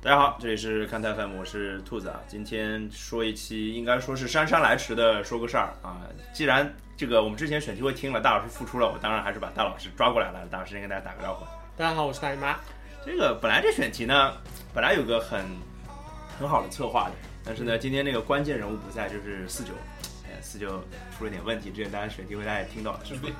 大家好，这里是看台 FM，我是兔子啊。今天说一期，应该说是姗姗来迟的说个事儿啊。既然这个我们之前选题会听了，大老师复出了，我当然还是把大老师抓过来了。大老师先跟大家打个招呼。大家好，我是大姨妈。这个本来这选题呢，本来有个很很好的策划的，但是呢，今天那个关键人物不在，就是四九，哎，四九出了点问题。之前大家选题会大家也听到了，是不是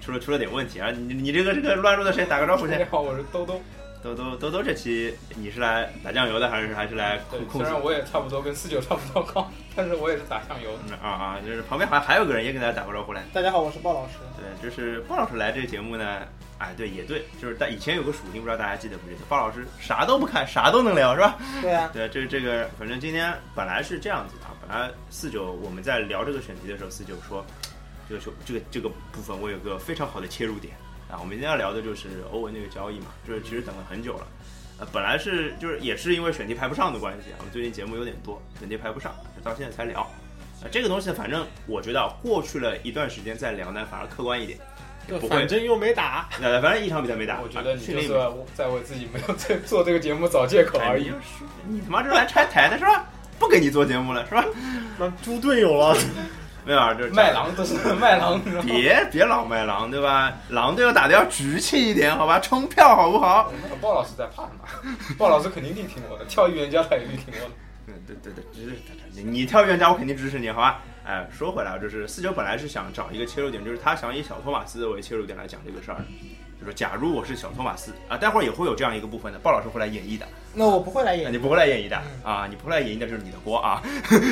出了出了点问题啊？你你这个这个乱入的谁打个招呼大先家？好，我是兜兜。兜兜兜兜，这期你是来打酱油的，还是还是来控对，哎控虽制然？我也差不多跟四九差不多高，但是我也是打酱油的。嗯啊啊，就是旁边还还有个人也给大家打过招呼来。大家好，我是鲍老师。对，就是鲍老师来这个节目呢，哎，对，也对，就是但以前有个属性，不知道大家记得不记得？鲍老师啥都不看，啥都能聊，是吧？对啊，对，这这个，反正今天本来是这样子的啊，本来四九我们在聊这个选题的时候，四九说，这个说这个这个部分我有个非常好的切入点啊，我们今天要聊的就是欧文那个交易嘛，就是其实等了很久了，呃，本来是就是也是因为选题排不上的关系啊，我们最近节目有点多，选题排不上，就到现在才聊。啊，这个东西反正我觉得啊，过去了一段时间再聊呢，反而客观一点，也不会反。正又没打，那反正一场比赛没打，我觉得啊你训就练是也没在为自己没有在做这个节目找借口哎而你已就。是你他妈这是来拆台的是吧？不给你做节目了是吧？那猪队友了，没有，啊，就是卖狼都是卖狼，你知道吗？别别老卖狼，对吧？狼队友打的要局气一点，好吧？冲票好不好？鲍老师在怕什么？鲍老师肯定力挺我的，跳预言家他也力挺我的。嗯，对对对，支持你跳远家，我肯定支持你，好吧？哎，说回来，就是四九本来是想找一个切入点，就是他想以小托马斯为切入点来讲这个事儿的，就说假如我是小托马斯啊，待会儿也会有这样一个部分的，鲍老师会来演绎的。那我不会来啊演。你不会来演绎的啊，你不会来演绎的就是你的锅啊。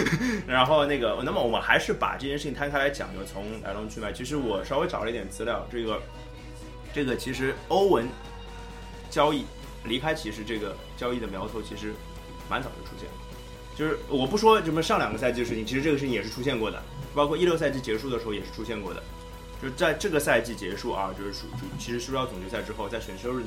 然后那个，那么我们还是把这件事情摊开来讲，就从来龙去脉。其实我稍微找了一点资料，这个这个其实欧文交易离开骑士这个交易的苗头，其实蛮早就出现了。就是我不说什么上两个赛季的事情，其实这个事情也是出现过的，包括一六赛季结束的时候也是出现过的。就是在这个赛季结束啊，就是输，就其实输掉总决赛之后，在选秀日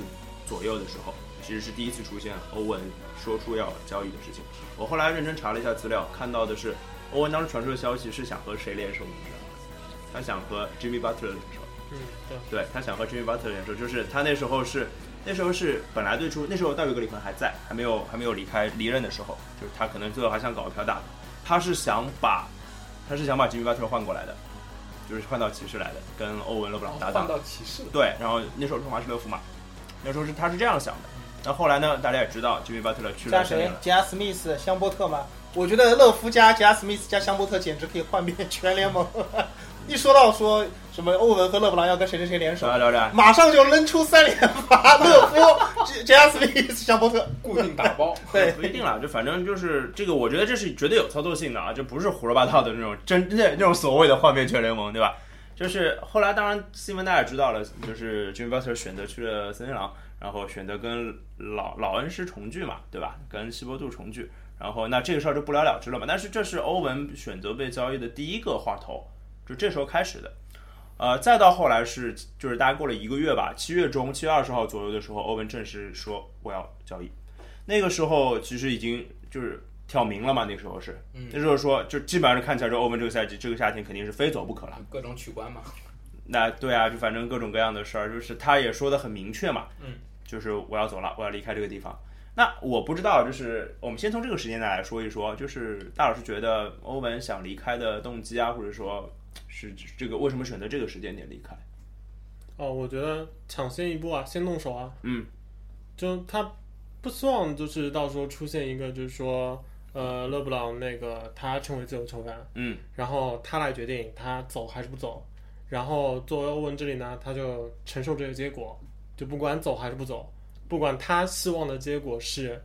左右的时候，其实是第一次出现欧文说出要交易的事情。我后来认真查了一下资料，看到的是欧文当时传出的消息是想和谁联手，你知道吗？他想和 Jimmy Butler 联手。嗯，对，对他想和 Jimmy Butler 联手，就是他那时候是那时候是本来最初那时候大卫格里芬还在，还没有还没有离开离任的时候，就是他可能最后还想搞个票大，他是想把他是想把 Jimmy Butler 换过来的，就是换到骑士来的，跟欧文勒布朗搭档换。到骑士了，对，然后那时候是华盛顿福马，那时候是他是这样想的。那后来呢，大家也知道，Jimmy Butler 去加了森林谁了？。加史密斯、香波特吗？我觉得乐福加加史密斯加香波特简直可以换遍全联盟。 一说到说什么欧文和勒布朗要跟谁谁谁联手，聊聊聊，马上就扔出三连发，乐福、加史密斯、香波特。固定打包。对，不一定了，就反正就是这个，我觉得这是绝对有操作性的啊，这不是胡说八道的那种真 真的那种所谓的换遍全联盟，对吧？就是后来，当然新闻大家也知道了，就是 Jimmy Butler 选择去了森林狼，然后选择跟老老恩师重聚嘛，对吧？跟希伯杜重聚，然后那这个事儿就不了了之了嘛。但是这是欧文选择被交易的第一个话头，就这时候开始的。呃，再到后来是就是大概过了一个月吧，七月中七月二十号左右的时候，欧文正式说我要交易。那个时候其实已经就是挑明了嘛，那个时候是，那时候说就基本上是看起来说欧文这个赛季这个夏天肯定是非走不可了。各种取关嘛，那对啊，就反正各种各样的事儿，就是他也说的很明确嘛，嗯，就是我要走了，我要离开这个地方。那我不知道，就是我们先从这个时间点来说一说，就是大老师觉得欧文想离开的动机啊，或者说是这个为什么选择这个时间点离开？哦，我觉得抢先一步啊，先动手啊，嗯，就他不希望就是到时候出现一个就是说，呃，勒布朗那个他成为自由球员，嗯，然后他来决定他走还是不走，然后作为欧文这里呢，他就承受这个结果，就不管走还是不走，不管他希望的结果是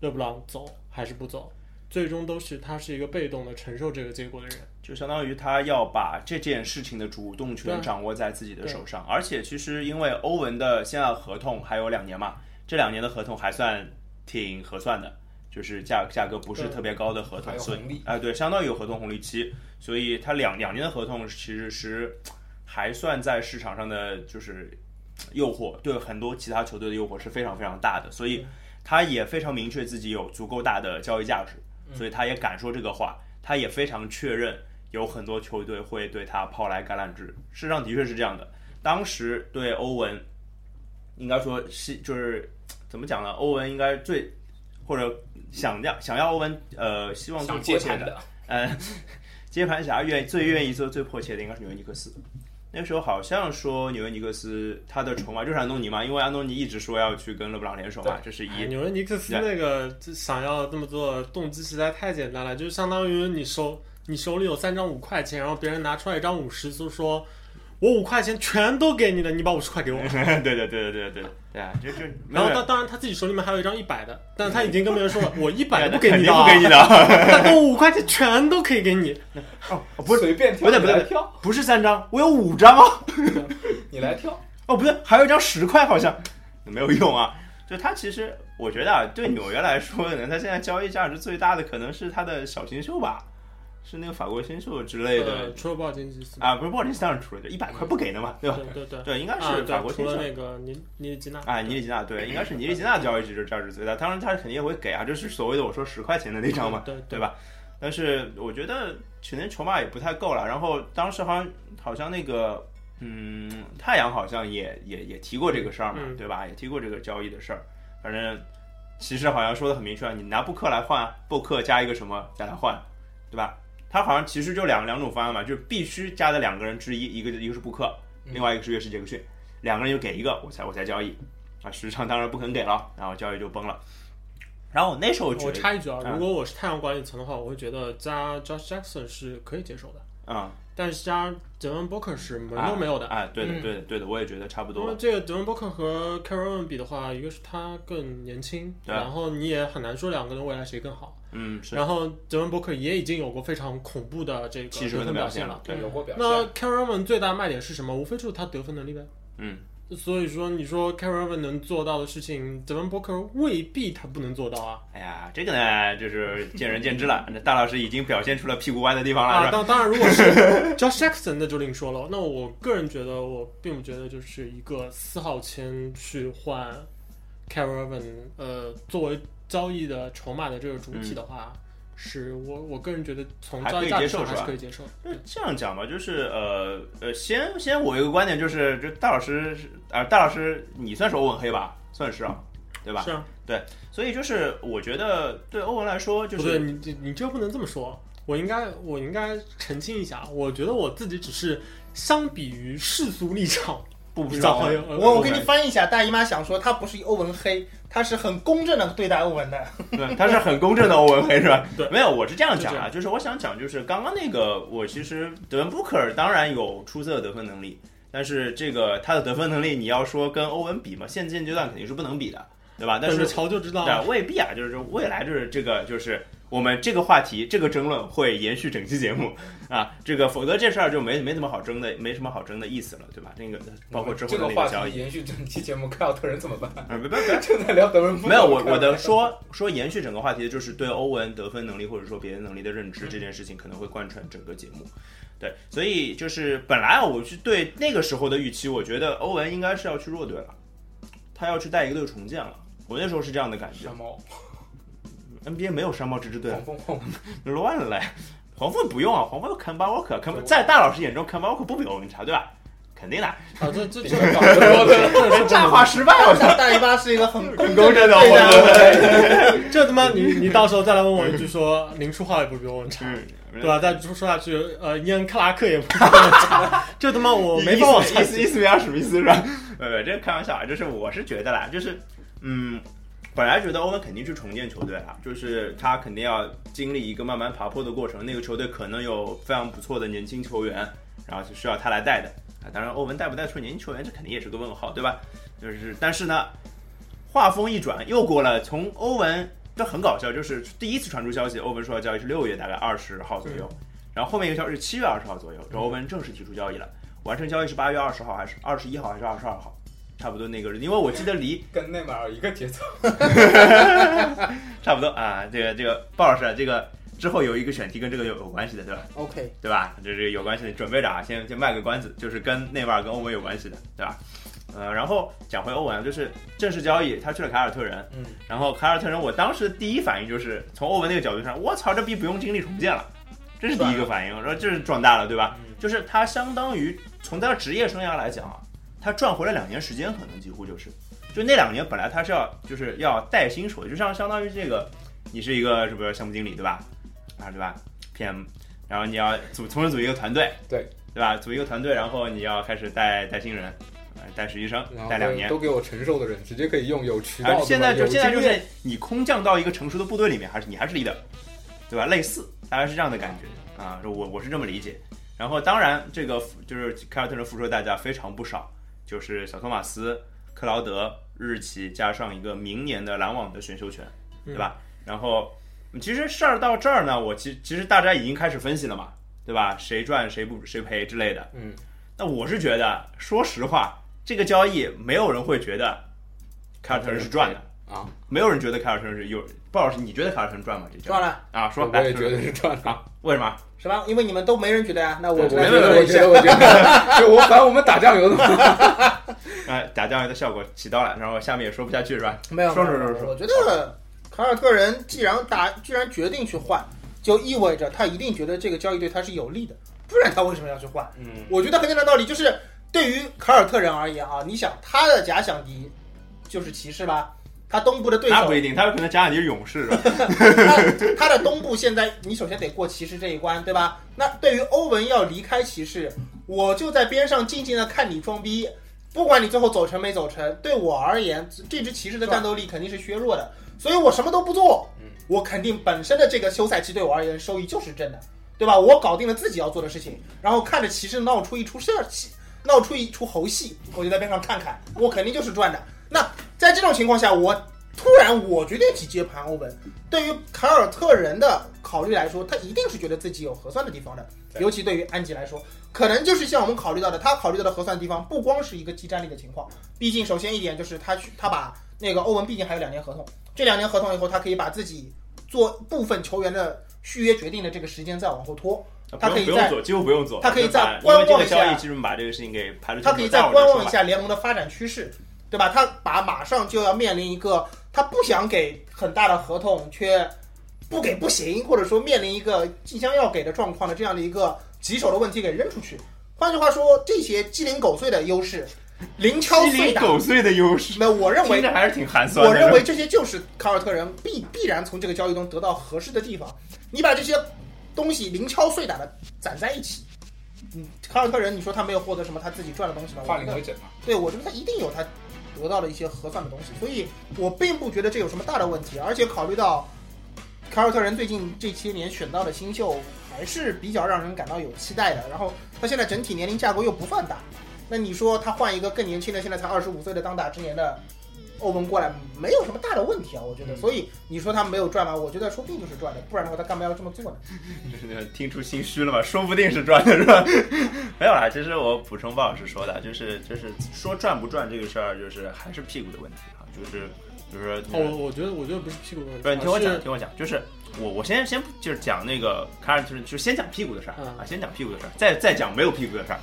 勒布朗走还是不走，最终都是他是一个被动的承受这个结果的人。就相当于他要把这件事情的主动权掌握在自己的手上，而且其实因为欧文的现在合同还有两年嘛，这两年的合同还算挺合算的，就是价价格不是特别高的合还同，有所以红利啊、对，相当于有合同红利期，所以他两两年的合同其实是还算在市场上的就是诱惑，对很多其他球队的诱惑是非常非常大的，所以他也非常明确自己有足够大的交易价值，所以他也敢说这个话，他也非常确认有很多球队会对他抛来橄榄枝，事实上的确是这样的。当时对欧文，应该说是就是怎么讲呢？欧文应该最或者想要想要欧文呃希望最想迫接切盘的的，呃，接盘侠愿最愿意做最迫切的应该是纽约尼克斯。那个时候好像说纽约尼克斯他的筹码就是安东尼嘛，因为安东尼一直说要去跟勒布朗联手嘛，这是哎一。 纽约尼克斯那个就想要这么做，动机实在太简单了，就是相当于你手你手里有三张五块钱，然后别人拿出来一张五十，就说我五块钱全都给你了，你把五 十块给我。对对对对对对对啊，就就没然有后当当然他自己手里面还有一张一百的，但他已经跟别人说了，我一百嗯那不给肯你定的不啊，给你 的，但跟我五块钱全都可以给你。哦不是随便挑，不对你不对来挑，不是三张，我有五张哦。你来挑，哦，不对，还有一张十块，好像没有用啊。就他其实，我觉得啊，对纽约来说，可能他现在交易价值最大的可能是他的小新秀吧，是那个法国新秀之类的、呃，除了鲍尔金吉斯，啊，不是不好意思，当然除了，就一百块不给的嘛，对吧？对对对，对，应该啊是法对，国除新了秀。那个尼尼日基纳，啊，尼里吉纳对，应该是尼里吉纳交易值价值最大，当然他肯定也会给啊，就是所谓的我说十块钱的那张嘛，对对对吧？但是我觉得可能筹码也不太够了。然后当时好像好像那个嗯，太阳好像也也也提过这个事儿嘛，嗯对吧？也提过这个交易的事儿。反正其实好像说的很明确啊，你拿布克来换啊，布克加一个什么再来换，对吧？他好像其实就两两种方案嘛，就是必须加的两个人之一，一个一个是布克，嗯另外一个是约什杰克逊，两个人就给一个，我才我才交易。啊，实际上当然不肯给了，然后交易就崩了。然后我那时候觉我得，插一句啊，嗯如果我是太阳管理层的话，我会觉得加 Josh Jackson 是可以接受的，嗯，但是加 Devin Booker 是门都没有的。啊，对的，嗯对的，对的，我也觉得差不因为多。这个 Devin Booker 和 c a r o l i n 比的话，一个是他更年轻，对然后你也很难说两个人未来谁更好。嗯，是然后 Devin Booker 也已经有过非常恐怖的这个七得十分的分表现现了了。，对，有过表那现， c a r o l i n 最大卖点是什么？无非就是他得分能力呗。嗯，所以说，你说 c a r o l i n 能做到的事情，Devin Booker 未必他不能做到啊。哎呀，这个呢，就是见仁见智了。那大老师已经表现出了屁股弯的地方了，啊，是吧？当当然，如果是 Josh Jackson，那就另说了。那我个人觉得，我并不觉得就是一个四号签去换 c a r o l i n 呃，作为交易的筹码的这个主体的话，是我我个人觉得从还交可易以价值接受是上还是吧可以接受的。那这样讲吧，就是呃呃，先先我有一个观点就是，就大老师是啊、大老师你算是欧文黑吧？算是啊，对吧？是啊，所以就是我觉得对欧文来说，就不对，是你你你这不能这么说。我应该我应该澄清一下，我觉得我自己只是相比于世俗立场不啊不比是较欧好文有。呃我我给你翻译一下，大姨妈想说他不是欧文黑，他是很公正的对待欧文的。对，他是很公正的欧文黑是吧？对没有，我是这样讲就这啊，就是我想讲，就是刚刚那个，我其实德文布克尔当然有出色的得分能力，但是这个他的得分能力，你要说跟欧文比嘛，现阶段肯定是不能比的，对吧？但等着是瞧就知道了。但未必啊，就是未来就是这个就是我们这个话题这个争论会延续整期节目啊，这个否则这事儿就没没什么好争的，没什么好争的意思了，对吧？那个包括之后这的个那话个交易，题延续整期节目，看奥特人怎么办？ 嗯，别别别，正在聊德 文布，没有，我我的说说延续整个话题，就是对欧文得分能力或者说别的能力的认知这件事情，可能会贯穿整个节目。对，所以就是本来啊，我是对那个时候的预期，我觉得欧文应该是要去弱队了，他要去带一个队重建了。我那时候是这样的感觉山猫， ，NBA 没有山猫这支队了黄蜂黄蜂乱了呀。黄蜂不用啊，黄蜂有 Kemba Walker，Kemba 在大老师眼中 Kemba Walker 不比欧文差，对吧？肯定的，啊，这这顶这着搞得多的，这战化失败， 我操，大姨妈是一个很公很公 正的对待欧我文。这他妈 你你到时候再来问我一句说林书豪也不比我们差，嗯，对啊吧？再说下去，呃，伊恩克拉克也不比我们差，这他妈我没办法意思意思比较史密斯是吧？呃， 没有这个开玩笑啊，就是我是觉得啦，就是嗯，本来觉得欧文肯定去重建球队啦，就是他肯定要经历一个慢慢爬坡的过程，那个球队可能有非常不错的年轻球员，然后是需要他来带的啊。当然，欧文带不带出年轻球员，这肯定也是个问号，对吧？就是，但是呢，话锋一转，又过了从欧文。这很搞笑，就是第一次传出消息，欧文说要交易是六月大概二十号左右，然后后面一个消息是七月二十号左右，这欧文正式提出交易了。完成交易是八月二十号还是二十一号还是二十二号？差不多那个日子，因为我记得离跟内马尔一个节奏，差不多啊。这个这个鲍老师，啊，这个之后有一个选题跟这个有有关系的，对吧？ OK，对吧？这这个有关系的，准备着啊，先先卖个关子，就是跟内马尔跟欧文有关系的，对吧？呃，然后讲回欧文，啊就是正式交易，他去了凯尔特人，嗯，然后凯尔特人，我当时第一反应就是从欧文那个角度上，我操，这逼不用经历重建了，这是第一个反应，然后这是壮大了，对吧？嗯就是他相当于从他的职业生涯来讲啊，他赚回了两年时间，可能几乎就是，就那两年本来他是要就是要带薪水，就像相当于这个你是一个是不是项目经理对吧？啊对吧？PM，然后你要组重新组一个团队，对对吧？组一个团队，然后你要开始带带新人，呃带实习生然，带两年后。都给我承受的人，直接可以用有渠而道。哎现在对就吧有现在经就验是你空降到一个成熟的部队里面，还是你还是 leader，对吧？类似，大概是这样的感觉啊，我我是这么理解。然后当然，这个就是凯尔特人付出的代价非常不少，就是小托马斯、克劳德、日奇加上一个明年的篮网的选秀权，对吧？然后嗯其实事儿到这儿呢，我其其实大家已经开始分析了嘛，对吧？谁赚谁不谁赔之类的。嗯，那我是觉得，说实话，这个交易没有人会觉得凯尔特人是赚的。啊，没有人觉得凯尔特人是有，鲍老师，你觉得凯尔特人赚吗？这交易赚了啊，说我也觉得是赚的。啊，为什么？是吧？因为你们都没人觉得呀，那我我就觉没来有得，我觉得，我觉得，就我反正我们打酱油的，呃，打酱油的效果起到了，然后下面也说不下去是吧？没有，说没有说说没有说我觉得凯尔特人既然打，居然决定去换，就意味着他一定觉得这个交易对他是有利的，不然他为什么要去换？ 嗯，我觉得很简单的道理就是，对于凯尔特人而言啊，你想他的假想敌就是骑士啦，他东部的对那手不，一 定，他有可能加上你是勇士是吧？他他的东部现在你首先得过骑士这一关，对吧？那对于欧文要离开骑士，我就在边上静静的看你装逼，不管你最后走成没走成，对我而言，这支骑士的战斗力肯定是削弱的，所以我什么都不做嗯，我肯定本身的这个休赛期对我而言收益就是正的，对吧？我搞定了自己要做的事情，然后看着骑士闹出一出事儿戏，闹出一出猴戏，我就在边上看看，我肯定就是赚的。那在这种情况下，我突然我决定去接盘欧文，对于凯尔特人的考虑来说，他一定是觉得自己有核算的地方的，对尤其对于安吉来说，可能就是像我们考虑到的，他考虑到的核算地方不光是一个技战力的情况，毕竟首先一点就是他去他把那个欧文毕竟还有两年合同，这两年合同以后，他可以把自己做部分球员的续约决定的这个时间再往后拖，他不可以用不在用做，几乎不用做，他可以就是把再观望因为一这个下交易基本把这个事情给排除。他可以再观望一。下联盟的发展趋势，对吧？他把马上就要面临一个他不想给很大的合同，却不给不行，或者说面临一个即将要给的状况的这样的一个棘手的问题给扔出去。换句话说，这些鸡零狗碎的优势，零敲鸡碎零打，狗碎的优势，那我认为听着还是挺寒酸的。我认为这些就是凯尔特人必必然从这个交易中得到合适的地方。你把这些东西零敲碎打的攒在一起，嗯，凯尔特人，你说他没有获得什么他自己赚的东西吗？化我觉零得为整嘛，对我觉得他一定有他得到的一些核算的东西，所以我并不觉得这有什么大的问题。而且考虑到凯尔特人最近这些年选到的新秀还是比较让人感到有期待的，然后他现在整体年龄架构又不算大，那你说他换一个更年轻的，现在才二十五岁的当打之年的。欧文过来没有什么大的问题啊，我觉得，嗯所以你说他没有赚吗？我觉得说不定就是赚的，不然的话他干嘛要这么做呢？ 听出心虚了吧？说不定是赚的，是吧？ 没有啦，其实我补充鲍老师说的，就是就是说赚不赚这个事儿，就是还是屁股的问题啊，就是就是说哦，我我觉得我觉得不是屁股的问题，不是，你听我啊而是讲，听我讲，就是我我先先就是讲那个凯尔特人，就是先讲屁股的事儿、嗯啊，先讲屁股的事儿，再再讲没有屁股的事儿，啊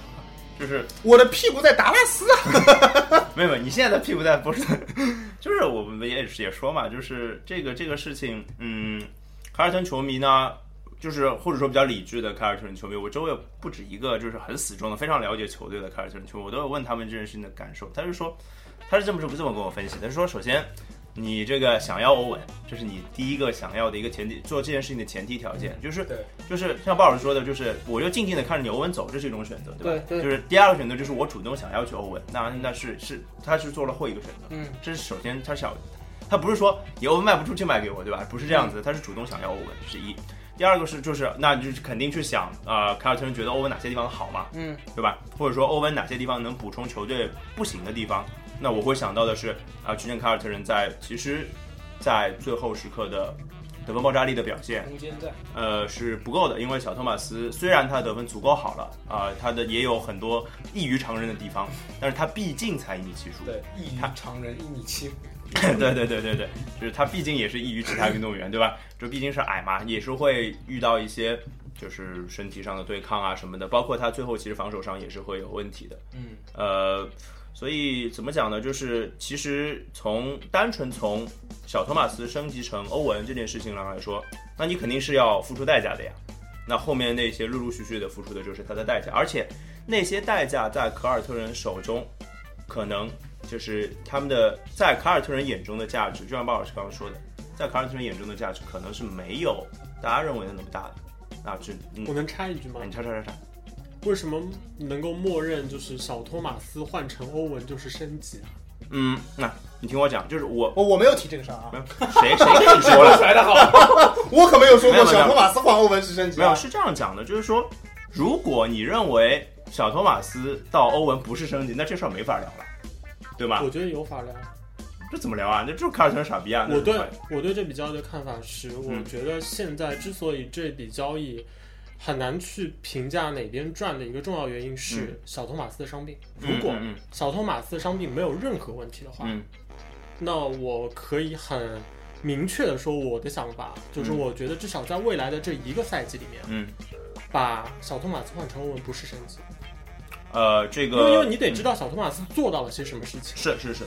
就是我的屁股在达拉斯啊，没有没有，你现在的屁股在波士顿， 就是我们也也说嘛，就是这个这个事情，嗯，凯尔特人球迷呢，就是或者说比较理智的凯尔特人球迷，我周围有不止一个就是很死忠的、非常了解球队的凯尔特人球迷，我都有问他们这件事情的感受，他是说他是这么是这么跟我分析，他是说首先。你这个想要欧文，这是你第一个想要的一个前提，做这件事情的前提条件，就是对就是像鲍老师说的，就是我就静静的看着你欧文走，这是一种选择，对吧？对对就是第二个选择就是我主动想要去欧文，那那是是他是做了后一个选择，嗯，这是首先他想，他不是说你欧文卖不出去卖给我，对吧？不是这样子，他是主动想要欧文是一。第二个是就是那就是肯定去想啊、呃凯尔特人觉得欧文哪些地方好嘛，嗯，对吧？或者说欧文哪些地方能补充球队不行的地方？那我会想到的是啊，去年凯尔特人在其实，在最后时刻的得分爆炸力的表现，空间在，呃是不够的，因为小托马斯虽然他的得分足够好了啊、他的也有很多异于常人的地方，但是他毕竟才一米七数，对，异于他常人，一米七， 对对对对对，就是他毕竟也是异于其他运动员，对吧？这毕竟是矮嘛，也是会遇到一些就是身体上的对抗啊什么的，包括他最后其实防守上也是会有问题的。嗯，呃，所以怎么讲呢？就是其实从单纯从小托马斯升级成欧文这件事情上来说，那你肯定是要付出代价的呀。那后面那些陆陆续续的付出的就是他的代价，而且那些代价在凯尔特人手中可能就是他们的在凯尔特人眼中的价值，就像鲍老师刚刚说的，在凯尔特人眼中的价值可能是没有大家认为的那么大的。那这嗯，我能插一句吗哎？你叉叉叉叉，为什么能够默认就是小托马斯换成欧文就是升级啊？嗯，那你听我讲，就是我我我没有提这个事儿啊，谁谁跟你 说了？来的好，我可没有说没有过没有小托马斯换欧文是升级没有，啊。是这样讲的，就是说，如果你认为小托马斯到欧文不是升级，那这事儿没法聊了，对吧啊我？觉得有法聊。这怎么聊啊？那就是凯尔特人傻逼啊！那我怎对么办我对这笔交易的看法是，我嗯觉得现在之所以这笔交易很难去评价哪边赚的一个重要原因是小托马斯的伤病。如果嗯小托马斯的伤病没有任何问题的话，嗯那我可以很明确的说我的想法，就是嗯我觉得至少在未来的这一个赛季里面，嗯，把小托马斯换成欧文不是升级，呃，这因为个因为你得知道，道小托马斯做到了些什么事情，是是是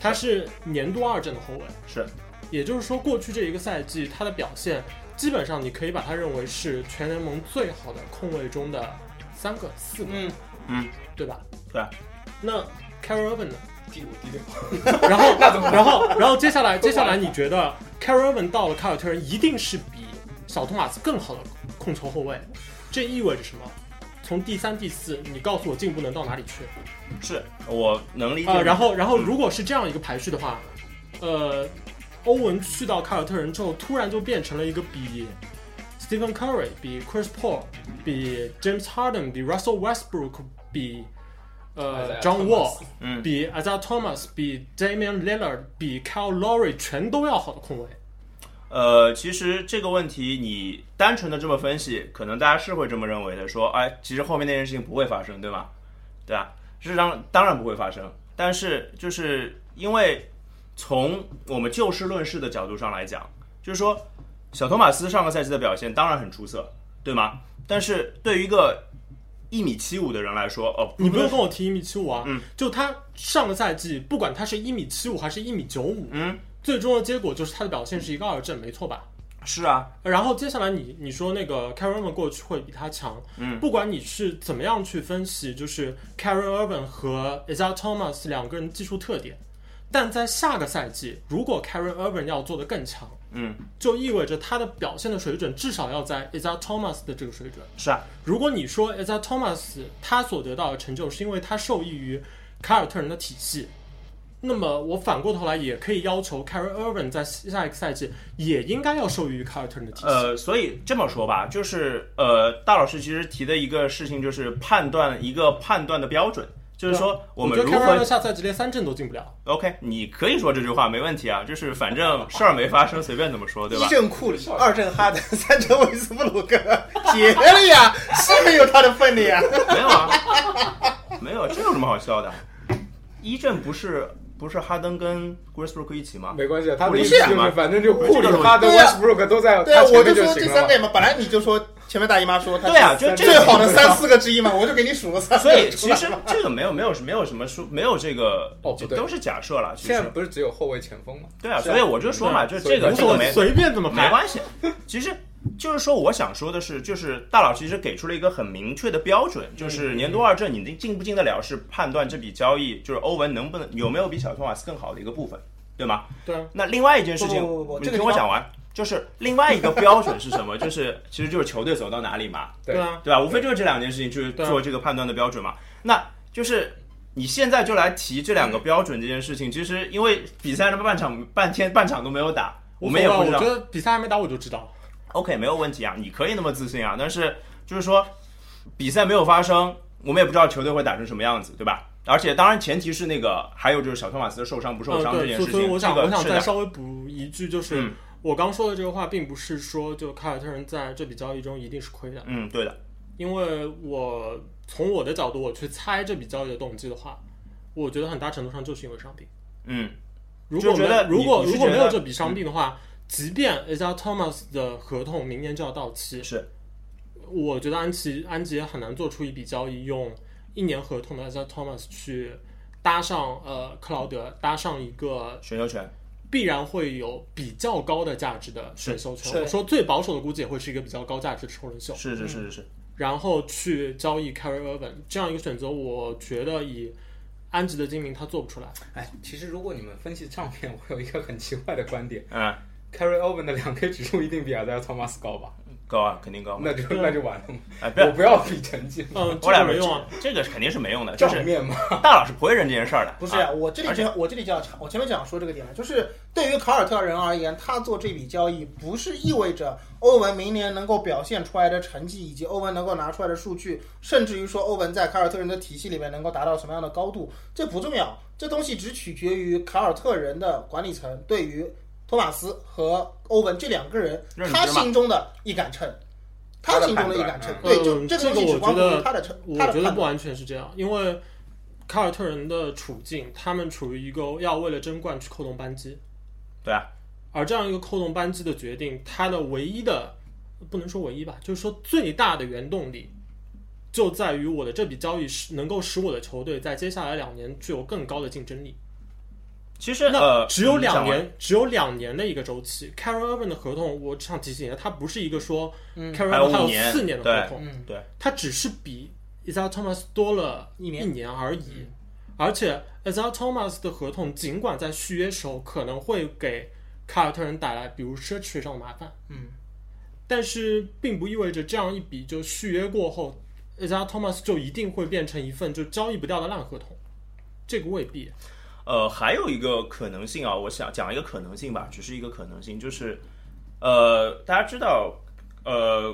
他是年度二阵的后卫。是，也就是说，过去这一个赛季他的表现，基本上你可以把他认为是全联盟最好的控卫中的三个、四个，嗯，嗯，对吧？对啊。那 Carry Irvin 呢？第五第六， 然后， 那怎么然后，然后接下 来，接下来你觉得 Carry Irvin 到了凯尔特人一定是比小托马斯更好的控球后卫？这意味着什么？从第三、第四，你告诉我进步能到哪里去？是我能理解嗯呃，你。然后然后如果是这样一个排序的话，呃，欧文去到凯尔特人之后，突然就变成了一个比 Stephen Curry、比 Chris Paul、比 James Harden、比 Russell Westbrook、比呃 John Wall、嗯比 Isaiah Thomas、比 Damian Lillard、比 Kyle Lowry 全都要好的控卫。呃，其实这个问题你单纯的这么分析，可能大家是会这么认为的，说，哎，其实后面那件事情不会发生，对吧？对啊，事实上当然不会发生，但是就是因为从我们就事论事的角度上来讲，就是说小托马斯上个赛季的表现当然很出色，对吗？但是对于一个一米七五的人来说，哦，你不用跟我提一米七五啊，嗯就他上个赛季，不管他是一米七五还是一米九五，嗯，最终的结果就是他的表现是一个二阵，没错吧？是啊，然后接下来你你说那个 Karen Irvin 过去会比他强，嗯不管你是怎么样去分析，就是 Karen Irvin 和 Isaiah Thomas 两个人的技术特点，但在下个赛季，如果 Karen Irvin 要做得更强，嗯，就意味着他的表现的水准至少要在 Isaiah Thomas 的这个水准。是啊，如果你说 Isaiah Thomas 他所得到的成就是因为他受益于凯尔特人的体系，那么我反过头来也可以要求 Karen Irvin 在下一个赛季也应该要受益于凯尔特人的体系。呃，所以这么说吧，就是呃，大老师其实提的一个事情就是判断一个判断的标准，就是说我们觉得如 k a r r 何 n 下赛季连三阵都进不了， OK，你可以说这句话没问题啊，就是反正事儿没发生，随便怎么说，对吧一？阵库里，二阵哈登， 三阵威斯布鲁克， 结了呀，是没有他的份的 呀。没有啊，没有，这有什么好笑的？一阵不是不是哈登跟 Westbrook 一起吗？没关系，他的意不思是啊就是反正就库里、对啊哈登、对啊 Westbrook 都在对啊他，我就前面就说这行了三嘛。嗯个嘛，本来你就说前面大姨妈说他 对啊，就这最个好的三四个之一嘛，我就给你数了三所以个出其来实这个没有没有没有什么说没有这个哦不对都是假设了，其现在实不是只有后卫、前锋吗？对啊，是啊所以我就说嘛，就这个无这所个谓，没随便怎 么没排。关系，其实就是说，我想说的是，就是大佬其实给出了一个很明确的标准，嗯就是年度二阵，你进不进得了是判断这笔交易，就是欧文能不能有没有比小托马斯更好的一个部分，对吗？对啊，那另外一件事情，不不不不你这个听地我方讲完，就是另外一个标准是什么？就是其实就是球队走到哪里嘛，对对啊，对吧？无非就是这两件事情，就是对啊做这个判断的标准嘛。那就是你现在就来提这两个标准这件事情，其实因为比赛那么半场半天半场都没有打，我们也不无知所谓道我觉。得比赛还没打我就知道。 OK，没有问题啊，你可以那么自信啊，但是就是说比赛没有发生，我们也不知道球队会打成什么样子，对吧？而且当然前提是那个，还有就是小托马斯的受伤不受嗯，伤这对，件所事以所以情，我想、这我个想是再的，稍微补一句，就是、嗯我刚说的这个话，并不是说就凯尔特人在这笔交易中一定是亏的，嗯，对的，因为我从我的角度我去猜这笔交易的动机的话，我觉得很大程度上就是因为伤病。嗯，如果就没觉得你如果你是如果没觉有得嗯这笔伤病的话，即便 Isaiah Thomas 的合同明年就要到期，是，我觉得安琪安吉也很难做出一笔交易，用一年合同的 Isaiah Thomas 去搭上呃克劳德，搭上一个选秀权，必然会有比较高的价值的选秀是权。是我说最保守的估计也会是一个比较高价值的首轮秀，是是是是是，然后去交易 Carry Irvin 这样一个选择，我觉得以安吉的精明他做不出来。哎，其实如果你们分析账面，我有一个很奇怪的观点嗯， ，Carry Owen 的两 K 指数一定比阿扎尔·托马斯高吧？高啊，肯定高嘛。那就那就完了嘛。哎，不要我，不要比成绩，嗯，这我俩个没用啊。这个是肯定是没用的，就账是面嘛。大佬是不会认这件事儿的。不是啊啊，我这里而且就我这里就要插我前面讲说这个点了，就是对于卡尔特人而言，他做这笔交易不是意味着欧文明年能够表现出来的成绩，以及欧文能够拿出来的数据，甚至于说欧文在卡尔特人的体系里面能够达到什么样的高度，这不重要，这东西只取决于卡尔特人的管理层对于托马斯和欧文这两个人认知嘛他心中的一杆秤，他心中的一杆秤，他的对，判断就嗯这这个个东西我只光觉得凭他的秤，我他的觉判得断不。完全是这样，因为凯尔特人的处境，他们处于一个要为了争冠去扣动扳机，对啊，而这样一个扣动扳机的决定，它的唯一的不能说唯一吧，就是说最大的原动力就在于我的这笔交易是能够使我的球队在接下来两年具有更高的竞争力。其实那呃，只有两你讲完，年，只有两年的一个周期。c a r r Irvin 的合同，我想提醒一下，他不是一个说 c 嗯 a r r 还有 Irvin 五还年有四年的合同，嗯，他只是比 Isaiah Thomas 多了一年一年而已。而且 Isaiah Thomas 的合同，尽管在续约时候可能会给凯尔特人带来比如奢侈税上的麻烦，嗯，但是并不意味着这样一笔就续约过后，Isaiah Thomas 就一定会变成一份就交易不掉的烂合同，这个未必。呃，还有一个可能性啊，我想讲一个可能性吧，只是一个可能性，就是呃，大家知道，呃，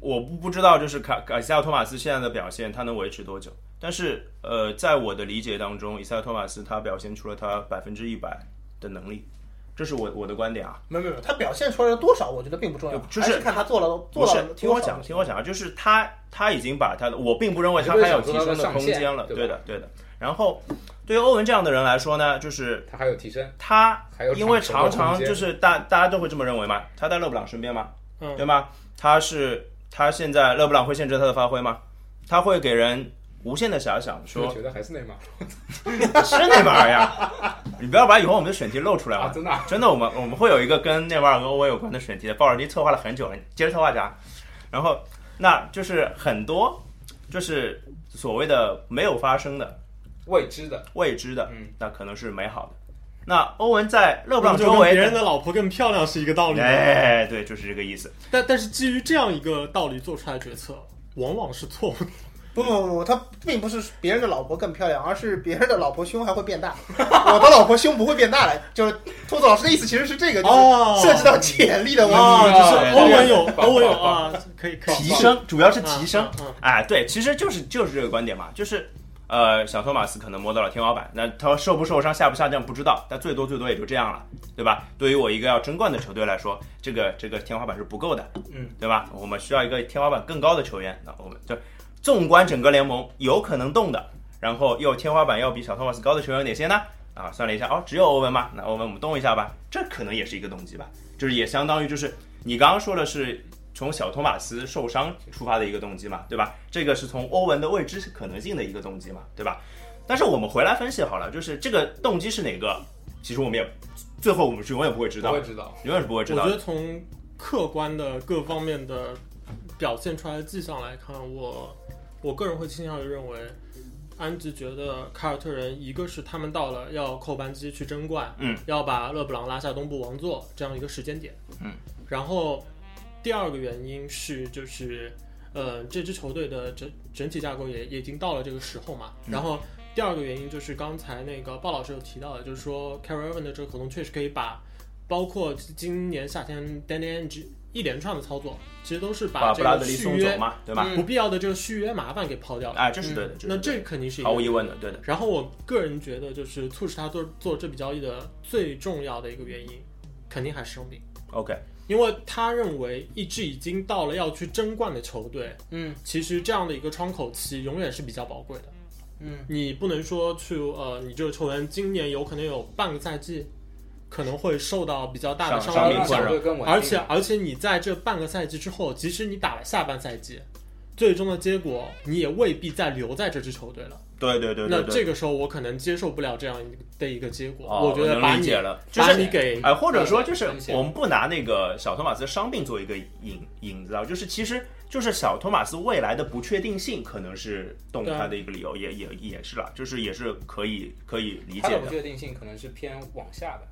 我不不知道就是卡卡西亚托马斯现在的表现，他能维持多久？但是呃，在我的理解当中，伊塞亚托马斯他表现出了他百分之一百的能力，这是我我的观点啊。没有没有，没有他表现出来的多少，我觉得并不重要，就是还是看他做了不做是了，听我讲，听我讲啊，就是他他已经把他的，我并不认为你他不是还有想提说他升的的上空限间了，对对的对的。然后对于欧文这样的人来说呢，就是他还有提升，他还有因为常长球的空常间就是大大家都会这么认为嘛，他在勒布朗身边嘛，嗯对吗？他是他现在勒布朗会限制他的发挥吗？他会给人无限的遐想，我说 觉得还是内马尔是内马尔呀，你不要把以后我们的选题露出来啊，嘛。真的啊。 真的，我们我们会有一个跟内马尔跟欧文有关的选题的，鲍尔迪策划了很久了，你接着策划讲。然后，那就是很多就是所谓的没有发生的未知的，未知的，嗯，那可能是美好的。那欧文在勒布那朗不周就跟围别人的老婆更漂亮是一个道理吗？哎，对，就是这个意思。但但是基于这样一个道理做出来的决策，往往是错误的。不不不不，他并不是别人的老婆更漂亮，而是别人的老婆胸还会变大， 我的老婆胸不会变大了。就是兔子老师的意思，其实是这个，就是哦涉及到潜力的问哦，题。就是欧文有对对对欧文有啊，可以可以提升，主要是啊提升。嗯嗯哎，对，其实就是就是这个观点嘛，就是呃，小托马斯可能摸到了天花板，那他受不受伤、下不下降不知道，但最多最多也就这样了，对吧？对于我一个要争冠的球队来说，这个这个天花板是不够的，嗯，对吧？我们需要一个天花板更高的球员，那我们就纵观整个联盟有可能动的，然后又天花板要比小托马斯高的球员有哪些呢？啊，算了一下，哦，只有欧文吗？那欧文我们动一下吧，这可能也是一个动机吧，就是也相当于就是你刚刚说的是从小托马斯受伤出发的一个动机嘛，对吧？这个是从欧文的未知可能性的一个动机嘛，对吧？但是我们回来分析好了，就是这个动机是哪个，其实我们也最后我们是永远不会知不道会的，知道。永远是不会我知觉道的。得从客观的各方面的表现出来的迹象来看，我我个人会倾向于认为，安吉觉得凯尔特人一个是他们到了要扣扳机去争冠，嗯，要把勒布朗拉下东部王座这样一个时间点，嗯，然后第二个原因是就是。呃，这支球队的整整体架构也也已经到了这个时候嘛。嗯然后第二个原因就是刚才那个鲍老师有提到的，就是说 c a r r y Irvin 的这个合同确实可以把包括今年夏天 Danny Ainge 一连串的操作，其实都是把布这拉个德利续送走约嘛，对吧？不必要的这个续约麻烦给抛掉了。哎，这是对的，那是对这肯定是的一毫无个。疑问的，对的。然后我个人觉得，就是促使他做做这笔交易的最重要的一个原因，肯定还是伤病， OK，因为他认为一支已经到了要去争冠的球队，嗯其实这样的一个窗口期永远是比较宝贵的。嗯你不能说去呃，你这个球员今年有可能有半个赛季可能会受到比较大的伤伤病影困响扰，小队更稳定，而且而且你在这半个赛季之后，即使你打了下半赛季，最终的结果你也未必再留在这支球队了。对对对对那对。这个时候我可能接受不了这样的一个结果，哦觉得把能理你解了，就把是你给哎，或者说就是风险我们不拿那个小托马斯的伤病做一个引引子啊，就是其实就是小托马斯未来的不确定性可能是动对啊他的一个理由，也也也是啦，就是也是可以可以理他解的不的，确定性可能是偏往下的，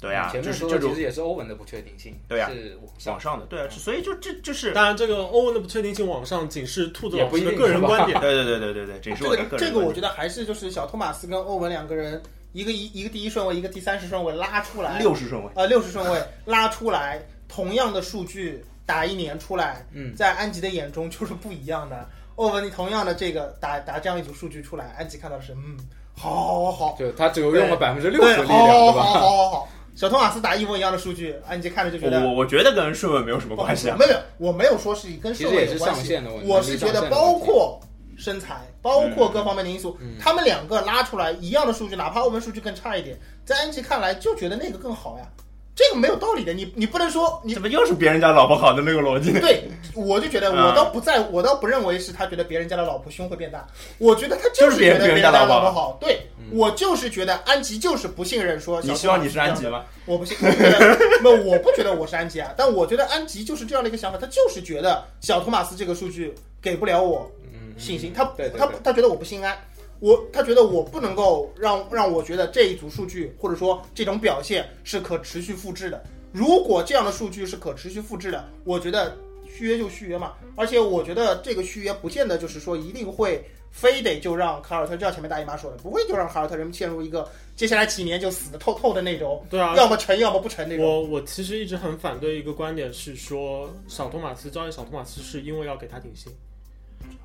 对啊，前就是面说这的种其实也是欧文的不确定性，对啊是往上往上的，对啊，所以就这就是 当然，这个欧文的不确定性往上，仅是兔子也老不一师的定个人是吧观对 点。对对对对对，这是这我的个个人这个我观觉点得还是就是小托马斯跟欧文两个人，一个一一个第一顺位，一个第三十顺位拉出来，六十顺位，呃六十顺位拉出来，同样的数据打一年出来，嗯，在安吉的眼中就是不一样的。欧文，你同样的这个打打这样一组数据出来，安吉看到的是嗯，好好好，就他只有用了百分之六对，十的力好好量，对好吧？好好。小托马斯打一模一样的数据，安吉看着就觉我得我我觉得跟顺位没有什么不好关意系思啊，没有，我没有说是跟其社实会也有是关上系限的问，题，我是觉得包括身材，包括各方面的因素，嗯他们两个拉出来一样的数据，哪怕欧文数据更差一点，在安吉看来就觉得那个更好呀，这个没有道理的，你你不能说 你怎么又是别人家老婆好的那个逻辑？对，我就觉得我嗯倒不在，我倒不认为是他觉得别人家的老婆胸会变大，我觉得他就就是觉别人得别人别人家的老婆老婆好。对，嗯我就是觉得安吉就是不信任说，你希望你是安吉？吗？我不信，我觉得那我不觉得我是安吉啊，但我觉得安吉就是这样的一个想法，他就是觉得小托马斯这个数据给不了我嗯嗯信心，他对对他对他觉得我不心安。我他觉得我不能够让让我觉得这一组数据或者说这种表现是可持续复制的。如果这样的数据是可持续复制的，我觉得续约就续约嘛。而且我觉得这个续约不见得就是说一定会非得就让卡尔特，就像前面大姨妈说的，不会就让卡尔特人陷入一个接下来几年就死的透透的那种，对啊，要么成要么不成那种。我我其实一直很反对一个观点是说，小托马斯交易小托马斯是因为要给他顶薪，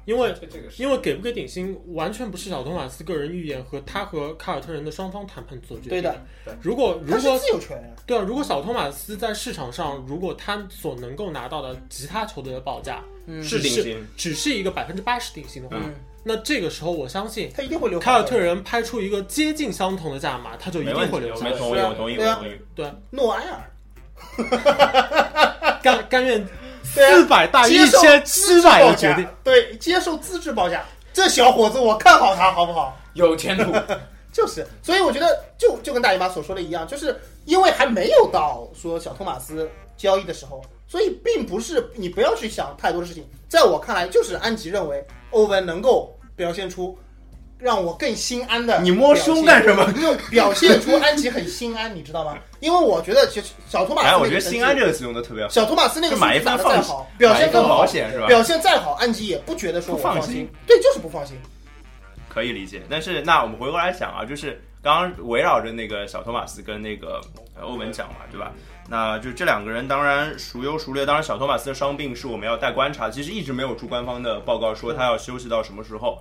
因为这这个是因为给不给顶薪完全不是小托马斯个人预言和他和卡尔特人的双方谈判所决定。对的，如果如他是果自由球员啊，对啊，如果小托马斯在市场上，如果他所能够拿到的其他球队的报价嗯是顶薪，只是一个百分之八十顶薪的话，嗯，那这个时候我相信他一定会留凯尔特人拍出一个接近相同的价码，他就一没定问题，会留我下没来。同意，我同意，对啊我同意。对，诺埃尔，甘甘愿对啊四百大一接受千资七质百报的决定价，，对，接受资质报价。这小伙子，我看好他，好不好？ 有前途，就是，所以我觉得就就跟大姨妈所说的一样，就是因为还没有到说小托马斯交易的时候，所以并不是你不要去想太多的事情。在我看来，就是安吉认为欧文能够表现出让我更心安的表现，你摸胸干什么？就 表现出安吉很心安，你知道吗？因为我觉得其实小托马斯哎，那个我觉得成绩心安这个词用的特别好，小托马斯那 个就买一数据打份得放再心好，表买现一份更保好，险是吧？表现再好，安吉也不觉得说我不放心，心对，就是不放心。可以理解。但是那我们回过来讲啊，就是刚刚围绕着那个小托马斯跟那个呃欧文讲嘛，对吧？那就这两个人当然孰优孰劣，当然小托马斯的伤病是我们要待观察，其实一直没有出官方的报告说他要休息到什么时候，